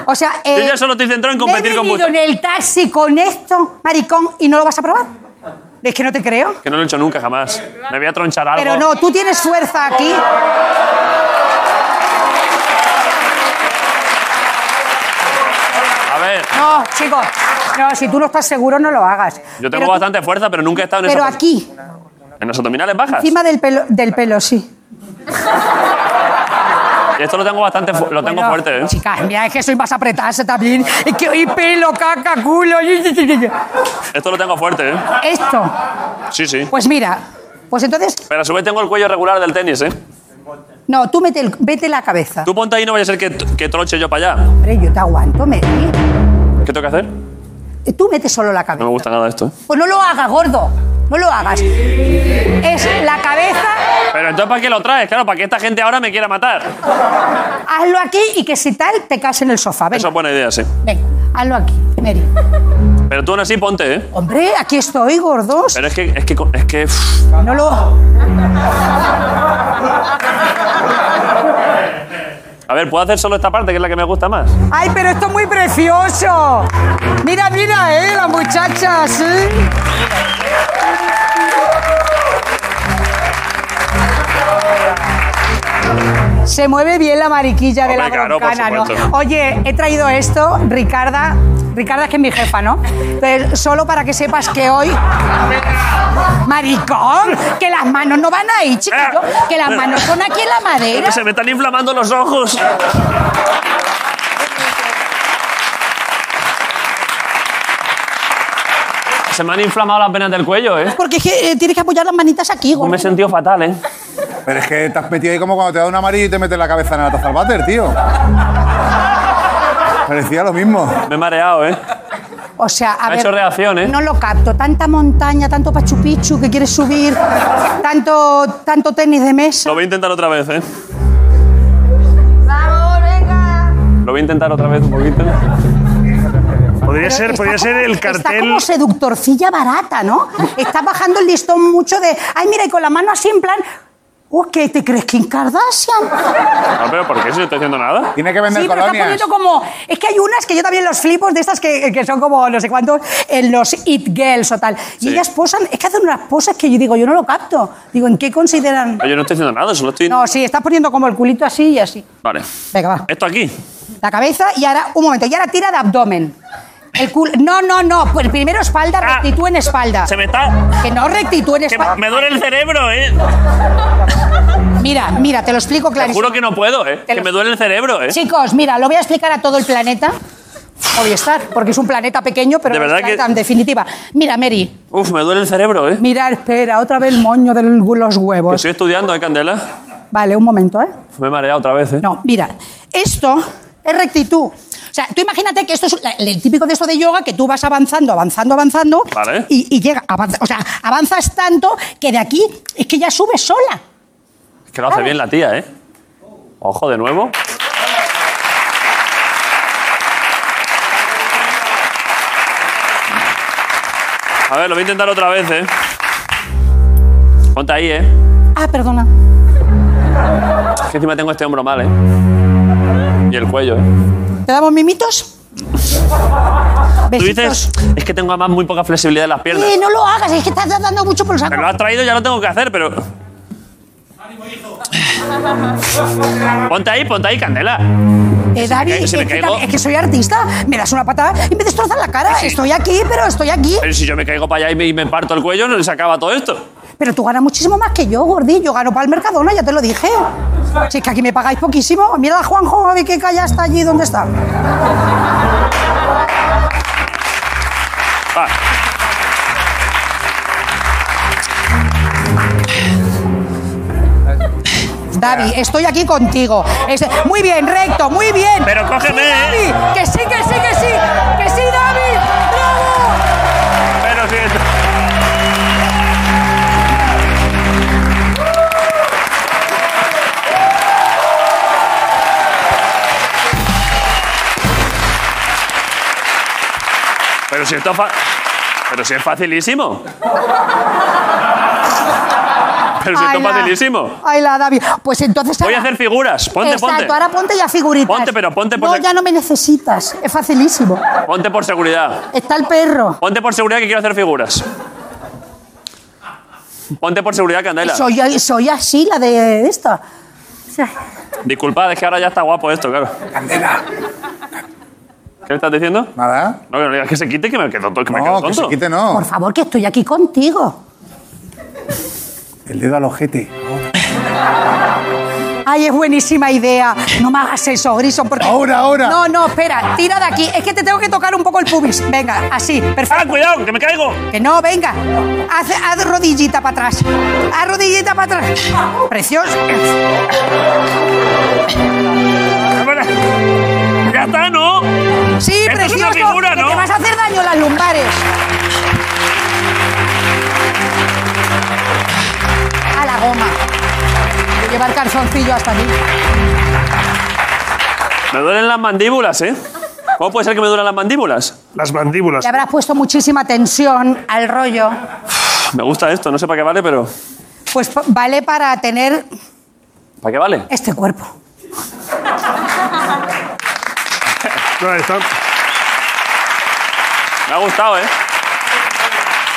Speaker 17: O sea,
Speaker 1: Yo
Speaker 17: eh,
Speaker 1: ya solo estoy centrado en
Speaker 17: me he
Speaker 1: competir con
Speaker 17: venido
Speaker 1: Busta.
Speaker 17: en el taxi con esto, maricón, y no lo vas a probar. Es que no te creo.
Speaker 1: Que no lo he hecho nunca, jamás. Me voy a tronchar algo.
Speaker 17: Pero no, tú tienes fuerza aquí.
Speaker 1: A ver,
Speaker 17: No, chicos. No, si tú no estás seguro, no lo hagas.
Speaker 1: yo tengo
Speaker 17: Pero tú-
Speaker 1: bastante fuerza, pero nunca he estado en
Speaker 17: Pero
Speaker 1: esa posi-
Speaker 17: aquí,
Speaker 1: ¿En los abdominales bajas?
Speaker 17: encima del pelo, del pelo sí.
Speaker 1: Y esto lo tengo bastante fu- lo tengo
Speaker 17: Bueno,
Speaker 1: fuerte, ¿eh?
Speaker 17: Chicas, mira, es que soy más apretarse también. Es que hoy pelo, caca, culo. y- y- y- y-
Speaker 1: Esto lo tengo fuerte, ¿eh?
Speaker 17: Esto.
Speaker 1: Sí, sí.
Speaker 17: Pues mira, pues entonces,
Speaker 1: Pero a su vez tengo el cuello regular del tenis, ¿eh?
Speaker 17: no, tú mete, el- vete la cabeza.
Speaker 1: Tú ponte ahí, no vaya a ser que, que troche yo para allá.
Speaker 17: Hombre, yo te aguanto, me eh,
Speaker 1: ¿Qué tengo que hacer?
Speaker 17: Tú mete solo la cabeza.
Speaker 1: No me gusta nada esto. ¿eh?
Speaker 17: Pues no lo hagas, gordo. No lo hagas. Es la cabeza,
Speaker 1: Pero entonces, ¿para qué lo traes? Claro, para que esta gente ahora me quiera matar.
Speaker 17: hazlo aquí y que si tal te caes en el sofá. Venga,
Speaker 1: Eso es buena idea, sí.
Speaker 17: venga, hazlo aquí, Mary.
Speaker 1: Pero tú aún así ponte, ¿eh?
Speaker 17: Hombre, aquí estoy, gordos.
Speaker 1: Pero es que, es que, es que, uff,
Speaker 17: No lo.
Speaker 1: A ver, ¿puedo hacer solo esta parte, que es la que me gusta más?
Speaker 17: ¡Ay, pero esto es muy precioso! Mira, mira, eh, la muchacha, sí. Se mueve bien la mariquilla de la
Speaker 1: Hombre, claro, por
Speaker 17: broncana, ¿no?
Speaker 1: supuesto.
Speaker 17: Oye, he traído esto, Ricarda. Ricarda es que es mi jefa, ¿no? Entonces, solo para que sepas que hoy. ¡Maricón! Que las manos no van ahí, chiquillo. Que las manos son aquí en la madera.
Speaker 1: Eh, Que se me están inflamando los ojos. Se me han inflamado las venas del cuello, ¿eh?
Speaker 17: Porque es que eh, tienes que apoyar las manitas aquí,
Speaker 1: No me he
Speaker 17: gordo.
Speaker 1: sentido fatal, ¿eh?
Speaker 3: Pero es que te has metido ahí como cuando te da un amarillo y te metes la cabeza en la taza al váter, tío. Parecía lo mismo.
Speaker 1: Me he mareado, ¿eh?
Speaker 17: O sea, a
Speaker 1: Ha
Speaker 17: ver,
Speaker 1: hecho reacción, ¿eh?
Speaker 17: No lo capto. Tanta montaña, tanto Pachu Picchu que quieres subir, tanto, tanto tenis de mesa.
Speaker 1: Lo voy a intentar otra vez, ¿eh? Lo voy a intentar otra vez un poquito.
Speaker 4: Podría ser,
Speaker 17: Está
Speaker 4: podría ser
Speaker 17: como-
Speaker 4: el
Speaker 17: Está
Speaker 4: cartel.
Speaker 17: como seductorcilla barata, ¿no? Está bajando el listón mucho de. Ay, mira, y con la mano así en plan. "Oh, ¿Qué te crees, Kim Kardashian?
Speaker 1: No, pero ¿por qué? Si no estoy haciendo nada.
Speaker 3: Tiene que
Speaker 17: Sí,
Speaker 3: vender
Speaker 17: pero está
Speaker 3: colonias.
Speaker 17: poniendo como... Es que hay unas que yo también los flipos de estas que, que son como no sé cuántos, en los It Girls o tal. Y
Speaker 1: Sí.
Speaker 17: ellas posan... Es que hacen unas poses que yo digo, yo no lo capto. Digo, ¿en qué consideran...?
Speaker 1: Yo no estoy haciendo nada, solo estoy...
Speaker 17: No, sí, estás poniendo como el culito así y así.
Speaker 1: Vale.
Speaker 17: Venga, va.
Speaker 1: Esto aquí.
Speaker 17: La cabeza y ahora... Un momento, y ahora tira de abdomen. El culo... No, no, no. Pues primero espalda, rectitud en espalda.
Speaker 1: Ah. Se me está...
Speaker 17: Que no rectitud en
Speaker 1: que
Speaker 17: espalda.
Speaker 1: me duele el cerebro, ¿eh?
Speaker 17: Mira, mira, te lo explico
Speaker 1: Te
Speaker 17: clarísimo.
Speaker 1: juro que no puedo, ¿eh? Que me duele el cerebro, ¿eh?
Speaker 17: Chicos, mira, lo voy a explicar a todo el planeta. Movistar, porque es un planeta pequeño, pero
Speaker 1: De verdad
Speaker 17: está
Speaker 1: que-
Speaker 17: tan definitiva. Mira, Mary,
Speaker 1: Uf, me duele el cerebro, ¿eh?
Speaker 17: mira, espera, otra vez el moño de los
Speaker 1: Que
Speaker 17: huevos.
Speaker 1: estoy estudiando, ¿eh, Candela?
Speaker 17: Vale, un momento, ¿eh?
Speaker 1: Me he mareado otra vez, ¿eh?
Speaker 17: No, mira, esto es rectitud. O sea, tú imagínate que esto es la- el típico de esto de yoga que tú vas avanzando, avanzando, avanzando
Speaker 1: Vale.
Speaker 17: y, y llega, avanza- o sea, avanzas tanto que de aquí es que ya subes sola.
Speaker 1: Es que lo hace bien la tía, ¿eh? Ojo, de nuevo. A ver, lo voy a intentar otra vez, ¿eh? Ponte ahí, ¿eh?
Speaker 17: Ah, perdona.
Speaker 1: Es que encima tengo este hombro mal, ¿eh? Y el cuello, ¿eh?
Speaker 17: ¿Te damos mimitos?
Speaker 1: Tú dices,
Speaker 17: Besitos.
Speaker 1: es que tengo además muy poca flexibilidad en las piernas.
Speaker 17: Eh, no lo hagas, es que estás dando mucho por el saco.
Speaker 1: Me lo has traído, ya lo tengo que hacer, pero... Ponte ahí, ponte ahí, Candela.
Speaker 17: Eh, David,
Speaker 1: cae- si me
Speaker 17: es, que,
Speaker 1: caigo-
Speaker 17: tam- es que soy artista, me das una patada y me destrozas la cara. Estoy aquí, pero estoy aquí.
Speaker 1: Pero si yo me caigo para allá y me, y me parto el cuello, no se acaba todo esto.
Speaker 17: Pero tú ganas muchísimo más que yo, Gordi. Yo gano para el Mercadona, ya te lo dije. Si es que aquí me pagáis poquísimo. Mira a Juanjo, a ver qué calla está allí, ¿dónde está?
Speaker 1: Va.
Speaker 17: David, estoy aquí contigo. Es- Muy bien, recto, muy bien.
Speaker 1: Pero cógeme,
Speaker 17: Sí,
Speaker 1: ¿eh?
Speaker 17: David, que sí, que sí, que sí. Que sí, David. ¡Bravo!
Speaker 1: Pero sí. Pero si esto es fa- Pero si es facilísimo. Pero si esto
Speaker 17: Ay,
Speaker 1: es
Speaker 17: la-
Speaker 1: facilísimo.
Speaker 17: Ay, la David. Pues entonces...
Speaker 1: Voy a
Speaker 17: ahora-
Speaker 1: hacer figuras. Ponte,
Speaker 17: Exacto,
Speaker 1: ponte.
Speaker 17: ahora ponte ya figuritas.
Speaker 1: Ponte, pero ponte por
Speaker 17: No,
Speaker 1: sec-
Speaker 17: ya no me necesitas. Es facilísimo.
Speaker 1: Ponte por seguridad.
Speaker 17: Está el perro.
Speaker 1: Ponte por seguridad que quiero hacer figuras. Ponte por seguridad, Candela.
Speaker 17: Soy, soy así, la de esta. O sea,
Speaker 1: Disculpad, es que ahora ya está guapo esto, claro.
Speaker 3: Candela.
Speaker 1: ¿Qué me estás diciendo?
Speaker 3: Nada.
Speaker 1: No, que no le digas que se quite, que me quedo, que me quedo
Speaker 3: No,
Speaker 1: tonto.
Speaker 3: que se quite no.
Speaker 17: Por favor, que estoy aquí contigo.
Speaker 3: El dedo al ojete.
Speaker 17: Ay, es buenísima idea. No me hagas eso, Grison, porque...
Speaker 3: Ahora, ahora.
Speaker 17: No, no, espera, tira de aquí. Es que te tengo que tocar un poco el pubis. Venga, así, perfecto.
Speaker 1: ¡Ah, cuidado, que me caigo!
Speaker 17: Que no, venga. Haz, haz rodillita para atrás. Haz rodillita para atrás. Precioso.
Speaker 1: Ya está, ¿no?
Speaker 17: Sí,
Speaker 1: Esto es
Speaker 17: precioso.
Speaker 1: una figura,
Speaker 17: que
Speaker 1: ¿no?
Speaker 17: te vas a hacer daño a las lumbares. A la goma. De llevar calzoncillo hasta aquí.
Speaker 1: Me duelen las mandíbulas, ¿eh? ¿Cómo puede ser que me duelen las mandíbulas?
Speaker 4: Las mandíbulas.
Speaker 17: Le habrás puesto muchísima tensión al rollo.
Speaker 1: Me gusta esto, no sé para qué vale, pero.
Speaker 17: Pues pa- vale para tener
Speaker 1: ¿Para qué vale?
Speaker 17: este cuerpo.
Speaker 4: No, está-
Speaker 1: Me ha gustado, ¿eh?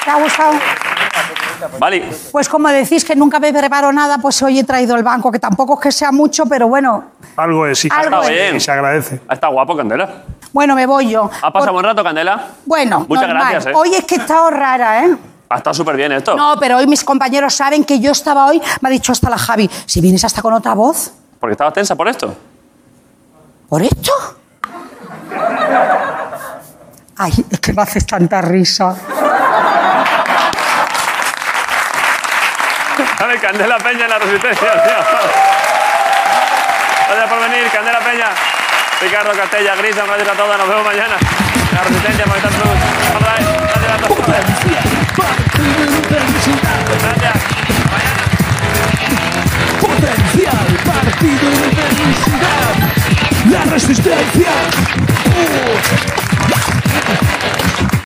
Speaker 17: ¿Te ha gustado?
Speaker 1: Vale.
Speaker 17: Pues como decís que nunca me preparo nada, pues hoy he traído el banco, que tampoco es que sea mucho, pero bueno.
Speaker 4: Algo es, sí.
Speaker 17: Algo
Speaker 1: Está bien.
Speaker 4: Se agradece.
Speaker 1: Ha estado guapo, Candela.
Speaker 17: Bueno, me voy yo.
Speaker 1: Ha pasado buen rato, Candela.
Speaker 17: Bueno,
Speaker 1: Muchas
Speaker 17: normal.
Speaker 1: gracias, ¿eh?
Speaker 17: Hoy es que he estado rara, ¿eh?
Speaker 1: Ha estado súper bien esto.
Speaker 17: No, pero hoy mis compañeros saben que yo estaba hoy, me ha dicho hasta la Javi, si vienes hasta con otra voz,
Speaker 1: Porque estabas tensa por esto.
Speaker 17: ¿por esto? Ay, es que me haces tanta risa.
Speaker 1: Dale, Candela Peña en la resistencia, tío. Gracias por venir, Candela Peña. Ricardo Castella, Grisa, gracias a todos. Nos vemos mañana. La resistencia, Movistar Plus. Bye, bye. Gracias a todos. Gracias.
Speaker 6: Potencial, partido de intensidad. La resistencia. Uh.